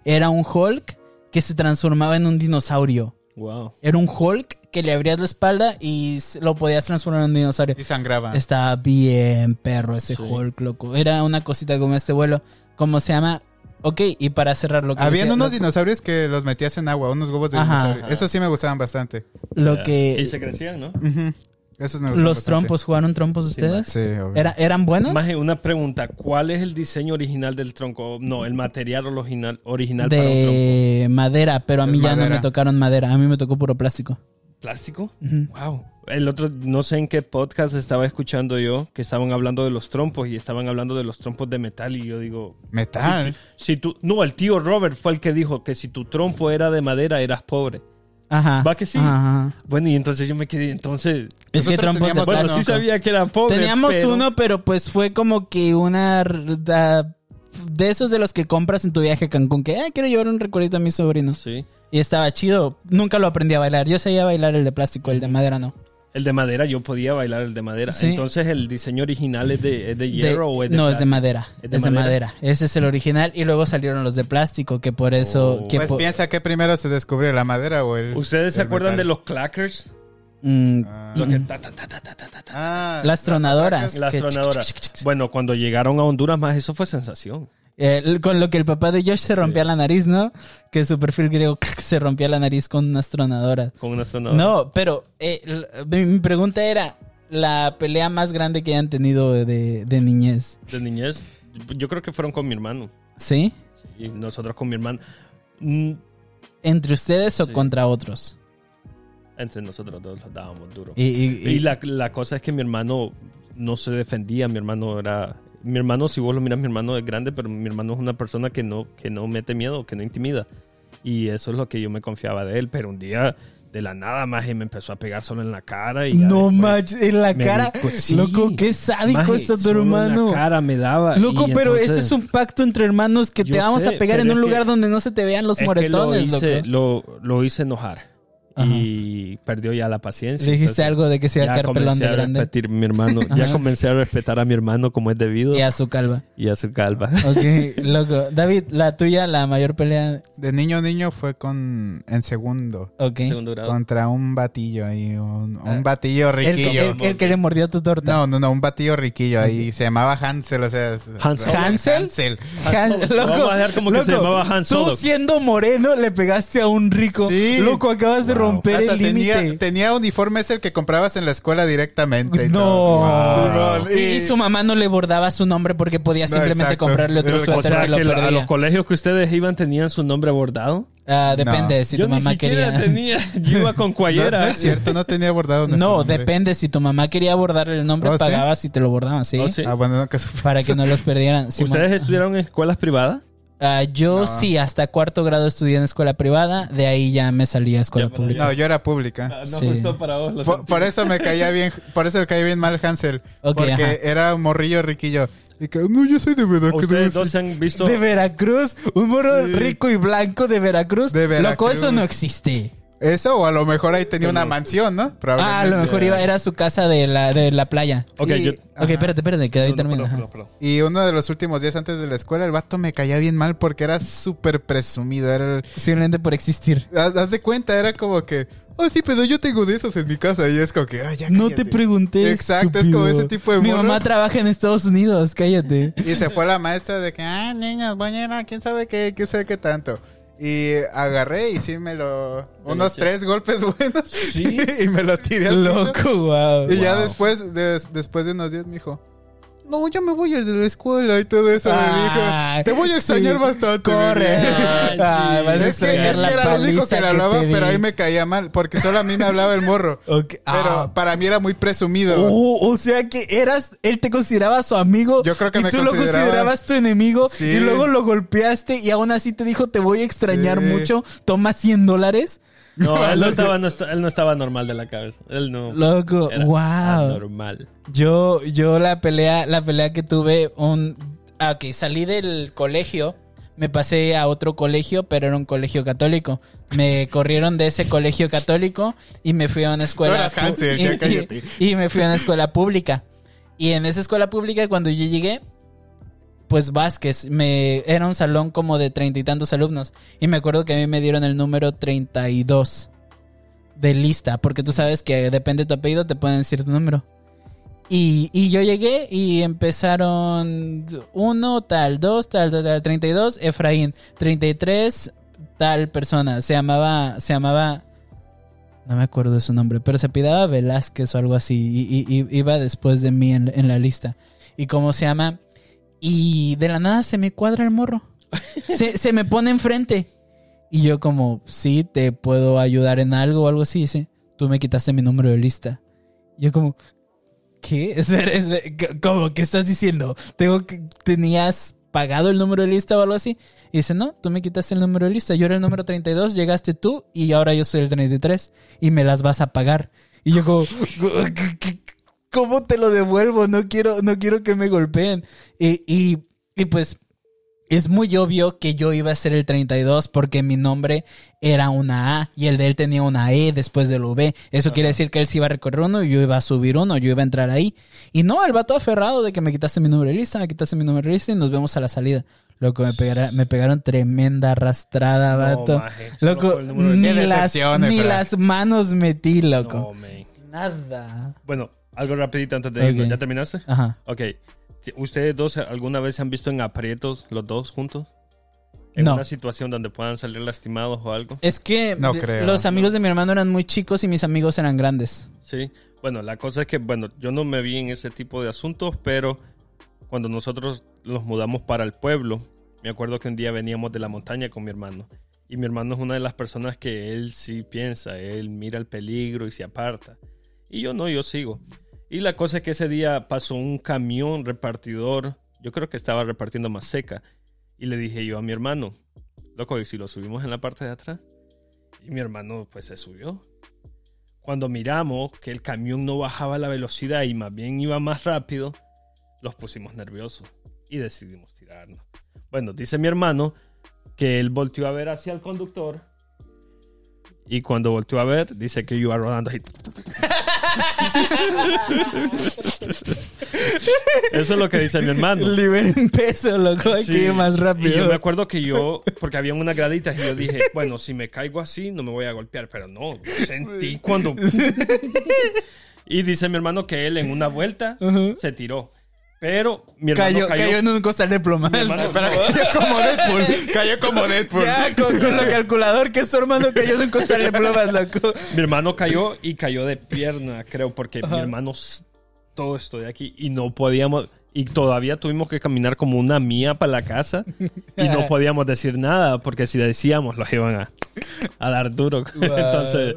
Speaker 1: Era un Hulk que se transformaba en un dinosaurio.
Speaker 3: Wow.
Speaker 1: Era un Hulk que le abrías la espalda y s- lo podías transformar en un dinosaurio.
Speaker 2: Y sangraba.
Speaker 1: Está bien perro ese
Speaker 3: Sí.
Speaker 1: Hulk, loco. Era una cosita como este vuelo. ¿Cómo se llama? Ok, y para cerrar lo que
Speaker 2: Habían
Speaker 1: decía-
Speaker 2: unos
Speaker 1: lo,
Speaker 2: dinosaurios que los metías en agua, unos huevos de
Speaker 1: Ajá.
Speaker 2: dinosaurio. Esos sí me gustaban bastante.
Speaker 1: lo
Speaker 3: Ya.
Speaker 1: que
Speaker 3: Y se crecían, ¿no?
Speaker 2: Ujú. Esos me gustaban
Speaker 1: los
Speaker 2: bastante.
Speaker 1: trompos jugaron trompos ustedes.
Speaker 2: Sí, obvio.
Speaker 1: Era- eran buenos
Speaker 3: Maje, una pregunta. ¿Cuál es el diseño original del tronco? No, el material original, original para un tronco.
Speaker 1: de madera, pero a
Speaker 2: Es
Speaker 1: mí ya no
Speaker 2: madera.
Speaker 1: me tocaron madera, a mí me tocó puro plástico.
Speaker 3: ¿Plástico?
Speaker 1: Ujú.
Speaker 3: Wow. El otro, no sé en qué podcast estaba escuchando yo que estaban hablando de los trompos y estaban hablando de los trompos de metal y yo digo,
Speaker 1: Ah,
Speaker 2: Metal.
Speaker 1: eh.
Speaker 3: si tú, no, el tío Robert fue el que dijo que si tu trompo era de madera eras pobre.
Speaker 1: Ajá.
Speaker 3: ¿Va que sí?
Speaker 1: Ajá.
Speaker 3: Bueno, y entonces yo me quedé, entonces,
Speaker 1: Es que
Speaker 2: Nosotros
Speaker 1: trompos de
Speaker 2: teníamos
Speaker 3: bueno,
Speaker 2: uno.
Speaker 3: sí sabía que era pobre.
Speaker 1: Teníamos
Speaker 3: pero-
Speaker 1: uno, pero pues fue como que una... r- da- de esos de los que compras en tu viaje a Cancún, que "Ah, quiero llevar un recuerdito a mis sobrinos.
Speaker 3: Sí.
Speaker 1: Y estaba chido. Nunca lo aprendí a bailar. Yo sabía bailar el de plástico, el de madera no.
Speaker 3: El de madera, yo podía bailar el de madera.
Speaker 1: Sí.
Speaker 3: Entonces, ¿el diseño original es de, es de
Speaker 1: De-
Speaker 3: hierro o es de
Speaker 1: no, es de
Speaker 3: plástico?
Speaker 1: madera.
Speaker 3: ¿Es
Speaker 1: ¿Es
Speaker 3: de
Speaker 1: de, madera?
Speaker 3: madera?
Speaker 1: Ese es el original. Y luego salieron los de plástico, que por eso...
Speaker 3: Oh.
Speaker 1: que
Speaker 2: Pues
Speaker 1: po-
Speaker 2: piensa que primero se descubrió la madera o el.
Speaker 3: ¿Ustedes se
Speaker 2: el
Speaker 3: acuerdan
Speaker 2: metal.
Speaker 3: de los clackers?
Speaker 1: Mm,
Speaker 2: Ah.
Speaker 3: Lo que ta, ta, ta, ta, ta, ta, ta, ta.
Speaker 2: Ah,
Speaker 1: las tronadoras.
Speaker 3: Las
Speaker 1: que-
Speaker 3: tronadoras. Bueno, cuando llegaron a Honduras, más eso fue sensación.
Speaker 1: Eh, con lo que el papá de Josh se rompía la nariz, ¿no? Que su perfil griego se rompía la nariz con unas tronadoras.
Speaker 3: Con una tronadora.
Speaker 1: No, pero eh, l- mi, mi pregunta era la pelea más grande que hayan tenido de, de niñez.
Speaker 3: De niñez. Yo creo que fueron con mi hermano.
Speaker 1: ¿Sí?
Speaker 3: Sí, Y nosotros con mi hermano. Mm,
Speaker 1: ¿Entre ustedes o
Speaker 3: Sí.
Speaker 1: contra otros?
Speaker 3: Entre nosotros dos los dábamos duro.
Speaker 1: Y, y-
Speaker 3: Y, la, la cosa es que mi hermano no se defendía. Mi hermano era. Mi hermano, si vos lo miras, mi hermano es grande, pero mi hermano es una persona que no, que no mete miedo, que no intimida. Y eso es lo que yo me confiaba de él. Pero un día, de la nada más, y me empezó a pegar solo en la cara. Y ya
Speaker 1: No
Speaker 3: después-
Speaker 1: manches, en la
Speaker 3: Me
Speaker 1: cara.
Speaker 3: dijo, sí.
Speaker 1: Loco, qué sádico
Speaker 3: Maje,
Speaker 1: está tu
Speaker 3: solo en la
Speaker 1: hermano.
Speaker 3: cara me daba.
Speaker 1: Loco,
Speaker 3: y
Speaker 1: pero ese
Speaker 3: entonces-
Speaker 1: es un pacto entre hermanos que
Speaker 3: Yo
Speaker 1: te vamos
Speaker 3: sé,
Speaker 1: a pegar en
Speaker 3: pero
Speaker 1: un
Speaker 3: es que-
Speaker 1: lugar donde no se te vean los
Speaker 3: es que
Speaker 1: moretones,
Speaker 3: lo hice,
Speaker 1: loco.
Speaker 3: Lo, lo hice enojar. Y perdió ya la paciencia.
Speaker 1: Le dijiste
Speaker 3: Entonces,
Speaker 1: algo de que se iba a
Speaker 3: Ya
Speaker 1: caer pelón
Speaker 3: comencé
Speaker 1: de
Speaker 3: a
Speaker 1: grande
Speaker 3: respetar a mi hermano. Ya
Speaker 1: Ajá.
Speaker 3: comencé a respetar a mi hermano como es debido
Speaker 1: y a su calva.
Speaker 3: y a su calva.
Speaker 1: Ok, loco. David, la tuya, la mayor pelea.
Speaker 2: De niño a niño fue con. En segundo.
Speaker 1: Ok.
Speaker 3: Segundo grado.
Speaker 2: Contra un batillo ahí. Un, un
Speaker 1: Ah.
Speaker 2: batillo
Speaker 1: El,
Speaker 2: riquillo.
Speaker 1: el- el que le mordió tu torta.
Speaker 2: No, no, no, un batillo riquillo ahí. Se llamaba Hansel, o sea. es-
Speaker 3: Hansel.
Speaker 1: ¿Hansel?
Speaker 2: Hansel.
Speaker 1: Han-
Speaker 3: Solo. Vamos a dejar como que se llamaba Han Solo.
Speaker 1: Tú siendo moreno le pegaste a un rico.
Speaker 2: Sí.
Speaker 1: Loco, acabas de
Speaker 3: Wow.
Speaker 1: romper
Speaker 2: O sea,
Speaker 1: el
Speaker 2: tenía,
Speaker 1: límite.
Speaker 2: tenía uniformes el que comprabas en la escuela directamente. y
Speaker 1: No.
Speaker 2: todo.
Speaker 1: Wow.
Speaker 2: Simón,
Speaker 1: Y, y su mamá no le bordaba su nombre porque podía
Speaker 2: No,
Speaker 1: simplemente
Speaker 2: exacto.
Speaker 1: comprarle otro
Speaker 2: Pero-
Speaker 3: O
Speaker 1: suéter
Speaker 3: sea,
Speaker 1: si lo
Speaker 3: que la- a
Speaker 1: perdía.
Speaker 3: los colegios que ustedes iban tenían su nombre bordado.
Speaker 1: Ah, depende
Speaker 2: No.
Speaker 1: si
Speaker 3: yo
Speaker 1: tu
Speaker 3: ni
Speaker 1: mamá
Speaker 3: siquiera
Speaker 1: quería.
Speaker 3: tenía. Yo iba con
Speaker 2: No,
Speaker 3: cuallera.
Speaker 2: no es cierto, no tenía bordado. nuestro
Speaker 1: No,
Speaker 2: nombre.
Speaker 1: depende si tu mamá quería bordarle el nombre,
Speaker 2: Oh, ¿sí?
Speaker 1: pagabas y te lo bordaban, ¿sí?
Speaker 3: Oh, sí.
Speaker 2: Ah, bueno, no, que supe
Speaker 1: Para
Speaker 2: eso.
Speaker 1: que no los perdieran. Simón.
Speaker 3: ¿Ustedes estudiaron en escuelas privadas?
Speaker 1: Ah, yo
Speaker 2: No.
Speaker 1: sí, hasta cuarto grado estudié en escuela privada, de ahí ya me salí a escuela
Speaker 3: Ya, pero
Speaker 1: pública.
Speaker 2: No, yo era pública.
Speaker 1: no Sí. gustó
Speaker 3: Ah, para vos.
Speaker 2: Por, por eso me caía bien, por eso me caía bien mal Hansel.
Speaker 1: Ok,
Speaker 2: porque
Speaker 1: ajá.
Speaker 2: era un morrillo riquillo. Y que, no, yo soy de verdad que
Speaker 3: ¿Ustedes
Speaker 2: debo
Speaker 3: dos se
Speaker 2: ser-
Speaker 3: han visto?
Speaker 1: De Veracruz, un moro rico y blanco de Veracruz.
Speaker 2: De
Speaker 1: Loco,
Speaker 2: Veracruz.
Speaker 1: eso no existe.
Speaker 2: Eso, o a lo mejor ahí tenía una mansión, ¿no?
Speaker 1: Ah, a lo mejor iba, era su casa de la, de la playa.
Speaker 3: Ok,
Speaker 2: Y-
Speaker 3: yo-
Speaker 2: Ajá.
Speaker 1: Ok, espérate, espérate, que ahí
Speaker 3: No, no,
Speaker 1: termina.
Speaker 3: perdón,
Speaker 1: ajá.
Speaker 3: perdón, perdón.
Speaker 2: Y uno de los últimos días antes de la escuela, el vato me caía bien mal porque era súper presumido. Era el-
Speaker 1: Simplemente por existir.
Speaker 2: haz, haz de cuenta, era como que, oh, sí, pero yo tengo de esos en mi casa. Y es como que, ay, ya
Speaker 1: No te
Speaker 2: cállate".
Speaker 1: pregunté.
Speaker 2: Exacto, es como
Speaker 1: estúpido.
Speaker 2: ese tipo de
Speaker 1: Mi
Speaker 2: morros.
Speaker 1: mamá trabaja en Estados Unidos, cállate.
Speaker 2: Y se fue la maestra de que, ah, niños, voy a ir a quién sabe qué, quién sabe qué tanto. Y agarré y sí me lo... Unos
Speaker 3: eché.
Speaker 2: tres golpes buenos. y me lo tiré al piso.
Speaker 1: Loco, wow.
Speaker 2: Y ya después, des- después de unos días me dijo, no, ya me voy a ir de la escuela y todo eso. me
Speaker 1: Ay,
Speaker 2: dijo, te voy a extrañar
Speaker 1: Ah, sí.
Speaker 2: bastante. me
Speaker 1: Corre. Ah,
Speaker 2: dijo.
Speaker 3: Ay,
Speaker 1: Ay,
Speaker 3: sí.
Speaker 1: vas a
Speaker 2: Es que,
Speaker 1: extrañar
Speaker 2: es que
Speaker 1: la
Speaker 2: era el único
Speaker 1: paliza
Speaker 2: que la
Speaker 1: te
Speaker 2: hablaba,
Speaker 1: di.
Speaker 2: pero ahí me caía mal, porque solo a mí me hablaba el morro.
Speaker 1: Ok,
Speaker 2: Pero
Speaker 1: ah.
Speaker 2: para mí era muy presumido.
Speaker 1: Oh, o sea que eras, él te consideraba su amigo.
Speaker 2: Yo creo que
Speaker 1: y
Speaker 2: me
Speaker 1: tú lo
Speaker 2: consideraba-
Speaker 1: considerabas tu enemigo.
Speaker 2: Sí.
Speaker 1: Y luego lo golpeaste y aún así te dijo te voy a extrañar
Speaker 2: Sí.
Speaker 1: mucho. Toma 100 dólares.
Speaker 3: No, él no, estaba, no está- él no estaba normal de la cabeza. Él no.
Speaker 1: Loco,
Speaker 3: era
Speaker 1: wow.
Speaker 3: Anormal.
Speaker 1: Yo, yo la pelea, la pelea que tuve un ah, ok, salí del colegio, me pasé a otro colegio, pero era un colegio católico. Me corrieron de ese colegio católico y me fui a una
Speaker 2: No
Speaker 1: escuela
Speaker 2: eras Hansel,
Speaker 1: y-
Speaker 2: ya
Speaker 1: y-
Speaker 2: cállate.
Speaker 1: y me fui a una escuela pública. Y en esa escuela pública cuando yo llegué, pues Vázquez, me era un salón como de treinta y tantos alumnos y me acuerdo que a mí me dieron el número 32 de lista, porque tú sabes que depende de tu apellido te pueden decir tu número. Y, y yo llegué y empezaron uno, tal, dos, tal, tal, tal, 32, Efraín, 33, tal persona, se llamaba, se llamaba, no me acuerdo de su nombre, pero se apellidaba Velázquez o algo así, y, y- y iba después de mí en, en la lista. ¿Y cómo se llama? Y de la nada se me cuadra el morro. Se, se me pone enfrente. Y yo como, sí, te puedo ayudar en algo o algo así, dice. tú me quitaste mi número de lista. Yo como, ¿qué? Espera, espera, c- ¿Cómo? ¿Qué estás diciendo? ¿Tengo que- ¿Tenías pagado el número de lista o algo así? Y dice, no, tú me quitaste el número de lista. Yo era el número 32, llegaste tú y ahora yo soy el 33 y me las vas a pagar. Y yo como, "¿Qué- qué- ¿cómo te lo devuelvo? No quiero, no quiero que me golpeen. Y, y, y pues... Es muy obvio que yo iba a ser el 32 porque mi nombre era una A y el de él tenía una E después del V. Eso quiere decir que él se iba a recorrer uno y yo iba a subir uno, yo iba a entrar ahí. Y no, el vato aferrado de que me quitaste mi número de lista, me quitaste mi número de lista y nos vemos a la salida. Loco, me, pegara- me pegaron tremenda arrastrada,
Speaker 3: No,
Speaker 1: vato.
Speaker 3: maje, solo
Speaker 1: loco,
Speaker 3: por el número de-
Speaker 1: ni,
Speaker 2: Qué
Speaker 1: las,
Speaker 2: decepción,
Speaker 1: ni
Speaker 2: Efra.
Speaker 1: las manos metí,
Speaker 3: No,
Speaker 1: loco.
Speaker 3: man.
Speaker 1: Nada.
Speaker 3: Bueno, algo rapidito antes de
Speaker 1: Ok.
Speaker 3: irnos. ¿Ya terminaste?
Speaker 1: Ajá.
Speaker 3: Ok. ¿Ustedes dos alguna vez se han visto en aprietos los dos juntos? ¿En
Speaker 1: No.
Speaker 3: una situación donde puedan salir lastimados o algo?
Speaker 1: Es que
Speaker 2: No
Speaker 1: de-
Speaker 2: creo.
Speaker 1: los amigos de mi hermano eran muy chicos y mis amigos eran grandes.
Speaker 3: Sí. Bueno, la cosa es que, bueno, yo no me vi en ese tipo de asuntos, pero cuando nosotros nos mudamos para el pueblo, me acuerdo que un día veníamos de la montaña con mi hermano. Y mi hermano es una de las personas que él sí piensa, él mira el peligro y se aparta. Y yo no, yo sigo. Y la cosa es que ese día pasó un camión repartidor, yo creo que estaba repartiendo más seca. Y le dije yo a mi hermano, loco, ¿y si lo subimos en la parte de atrás? Y mi hermano pues se subió cuando miramos que el camión no bajaba la velocidad y más bien iba más rápido, los pusimos nerviosos y decidimos tirarnos. Bueno, dice mi hermano que él volteó a ver hacia el conductor y cuando volteó a ver, dice que iba rodando así. Eso es lo que dice mi hermano.
Speaker 1: Liberen peso, loco. Hay que
Speaker 3: Sí.
Speaker 1: ir más rápido.
Speaker 3: Y yo me acuerdo que yo, porque había unas graditas y yo dije, bueno, si me caigo así no me voy a golpear, pero no, lo sentí cuando... y dice mi hermano que él en una vuelta
Speaker 1: Ujú.
Speaker 3: se tiró, pero mi hermano
Speaker 1: cayó,
Speaker 3: cayó...
Speaker 1: cayó en un costal de plomas.
Speaker 3: Mi hermano-
Speaker 1: Para-
Speaker 2: como Deadpool. Cayó como Deadpool.
Speaker 1: ya, con, con lo calculador que es su hermano cayó en un costal de plomas, loco.
Speaker 3: Mi hermano cayó y cayó de pierna, creo, porque mi hermano s- todo esto de aquí y no podíamos y todavía tuvimos que caminar como una mía para la casa y no podíamos decir nada porque si decíamos los iban a, a dar duro. Entonces,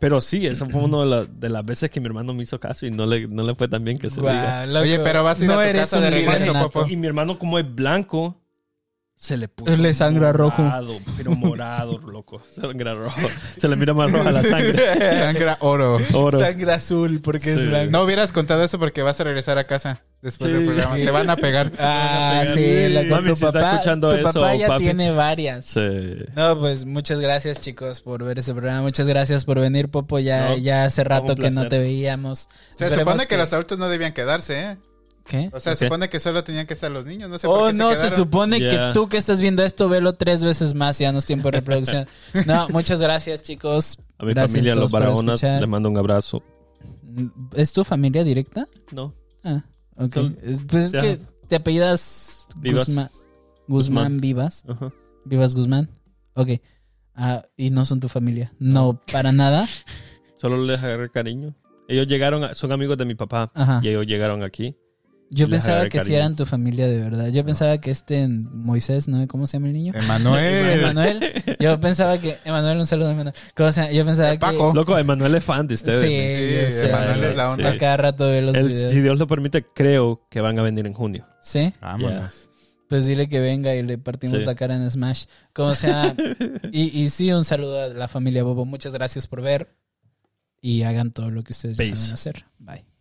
Speaker 3: pero sí, eso fue una de, la- de las veces que mi hermano me hizo caso y no le, no le fue tan bien que se diga.
Speaker 1: Guau, loco.
Speaker 2: Oye, pero vas a ir a tu casa de
Speaker 1: líder,
Speaker 2: regreso,
Speaker 1: Renato.
Speaker 2: Popo.
Speaker 3: Y mi hermano como es blanco se le puso
Speaker 1: Le sangra rojo.
Speaker 3: morado, pero morado, loco, sangra rojo. Se le mira más roja la sangre.
Speaker 2: Sangra oro.
Speaker 3: Oro.
Speaker 1: Sangre azul porque es
Speaker 3: Sí.
Speaker 1: blanco.
Speaker 2: No hubieras contado eso porque vas a regresar a casa después
Speaker 3: Sí.
Speaker 2: del programa. Te van a pegar.
Speaker 1: Ah, sí, la
Speaker 3: Mami,
Speaker 1: tu
Speaker 3: si está
Speaker 1: papá,
Speaker 3: escuchando
Speaker 1: tu
Speaker 3: eso,
Speaker 1: papá ya
Speaker 3: papi.
Speaker 1: tiene varias.
Speaker 3: Sí.
Speaker 1: No, pues muchas gracias chicos por ver ese programa. Muchas gracias por venir, Popo. Ya,
Speaker 3: No,
Speaker 1: ya hace rato
Speaker 3: un
Speaker 1: que no
Speaker 3: placer.
Speaker 1: te veíamos.
Speaker 2: Se
Speaker 1: Esperemos
Speaker 2: supone que, los adultos no debían quedarse, ¿eh?
Speaker 1: ¿Qué?
Speaker 2: O sea,
Speaker 3: Ok.
Speaker 2: se supone que solo tenían que estar los niños. No sé por
Speaker 1: Oh,
Speaker 2: qué
Speaker 1: no,
Speaker 2: se
Speaker 1: se,
Speaker 2: quedaron.
Speaker 1: supone
Speaker 3: Ya.
Speaker 1: que tú que estás viendo esto, velo tres veces más y danos tiempo de reproducción. No, muchas gracias, chicos.
Speaker 3: A mi
Speaker 1: Gracias
Speaker 3: familia,
Speaker 1: a
Speaker 3: los
Speaker 1: todos por
Speaker 3: Barahona,
Speaker 1: escuchar.
Speaker 3: les mando un abrazo.
Speaker 1: ¿Es tu familia directa?
Speaker 3: No.
Speaker 1: Ah, ok.
Speaker 3: Son-
Speaker 1: Es- Pues es
Speaker 3: Ya.
Speaker 1: que te apellidas
Speaker 3: Vivas.
Speaker 1: Guzmán. Guzmán Vivas.
Speaker 3: Ajá.
Speaker 1: Vivas Guzmán. Ok. Ah, y no son tu familia. No, para nada.
Speaker 3: Solo les agarré cariño. Ellos llegaron, a- son amigos de mi papá.
Speaker 1: Ajá.
Speaker 3: Y ellos llegaron aquí.
Speaker 1: Yo
Speaker 3: Les
Speaker 1: pensaba
Speaker 3: agarré
Speaker 1: que sí
Speaker 3: cariño.
Speaker 1: eran tu familia de verdad. Yo pensaba que este Moisés, ¿no? ¿Cómo se llama el niño?
Speaker 2: Emanuel.
Speaker 1: Emanuel. Yo pensaba que. Emanuel, un saludo, Emanuel. ¿Cómo se llama? Yo pensaba que.
Speaker 2: Paco.
Speaker 3: Loco, Emanuel es fan de
Speaker 1: Oh. Sí,
Speaker 3: ustedes.
Speaker 1: yo
Speaker 2: Sí,
Speaker 1: sé.
Speaker 2: Emanuel es la onda.
Speaker 1: A cada rato veo los
Speaker 3: Él,
Speaker 1: videos.
Speaker 3: si Dios lo permite, creo que van a venir en junio.
Speaker 1: Sí,
Speaker 2: Vámonos.
Speaker 1: pues dile que venga y le partimos
Speaker 3: Sí.
Speaker 1: la cara en Smash. Como sea. y, y sí, un saludo a la familia Bobo. Muchas gracias por ver. Y hagan todo lo que ustedes ya
Speaker 3: Peace.
Speaker 1: saben hacer. Bye.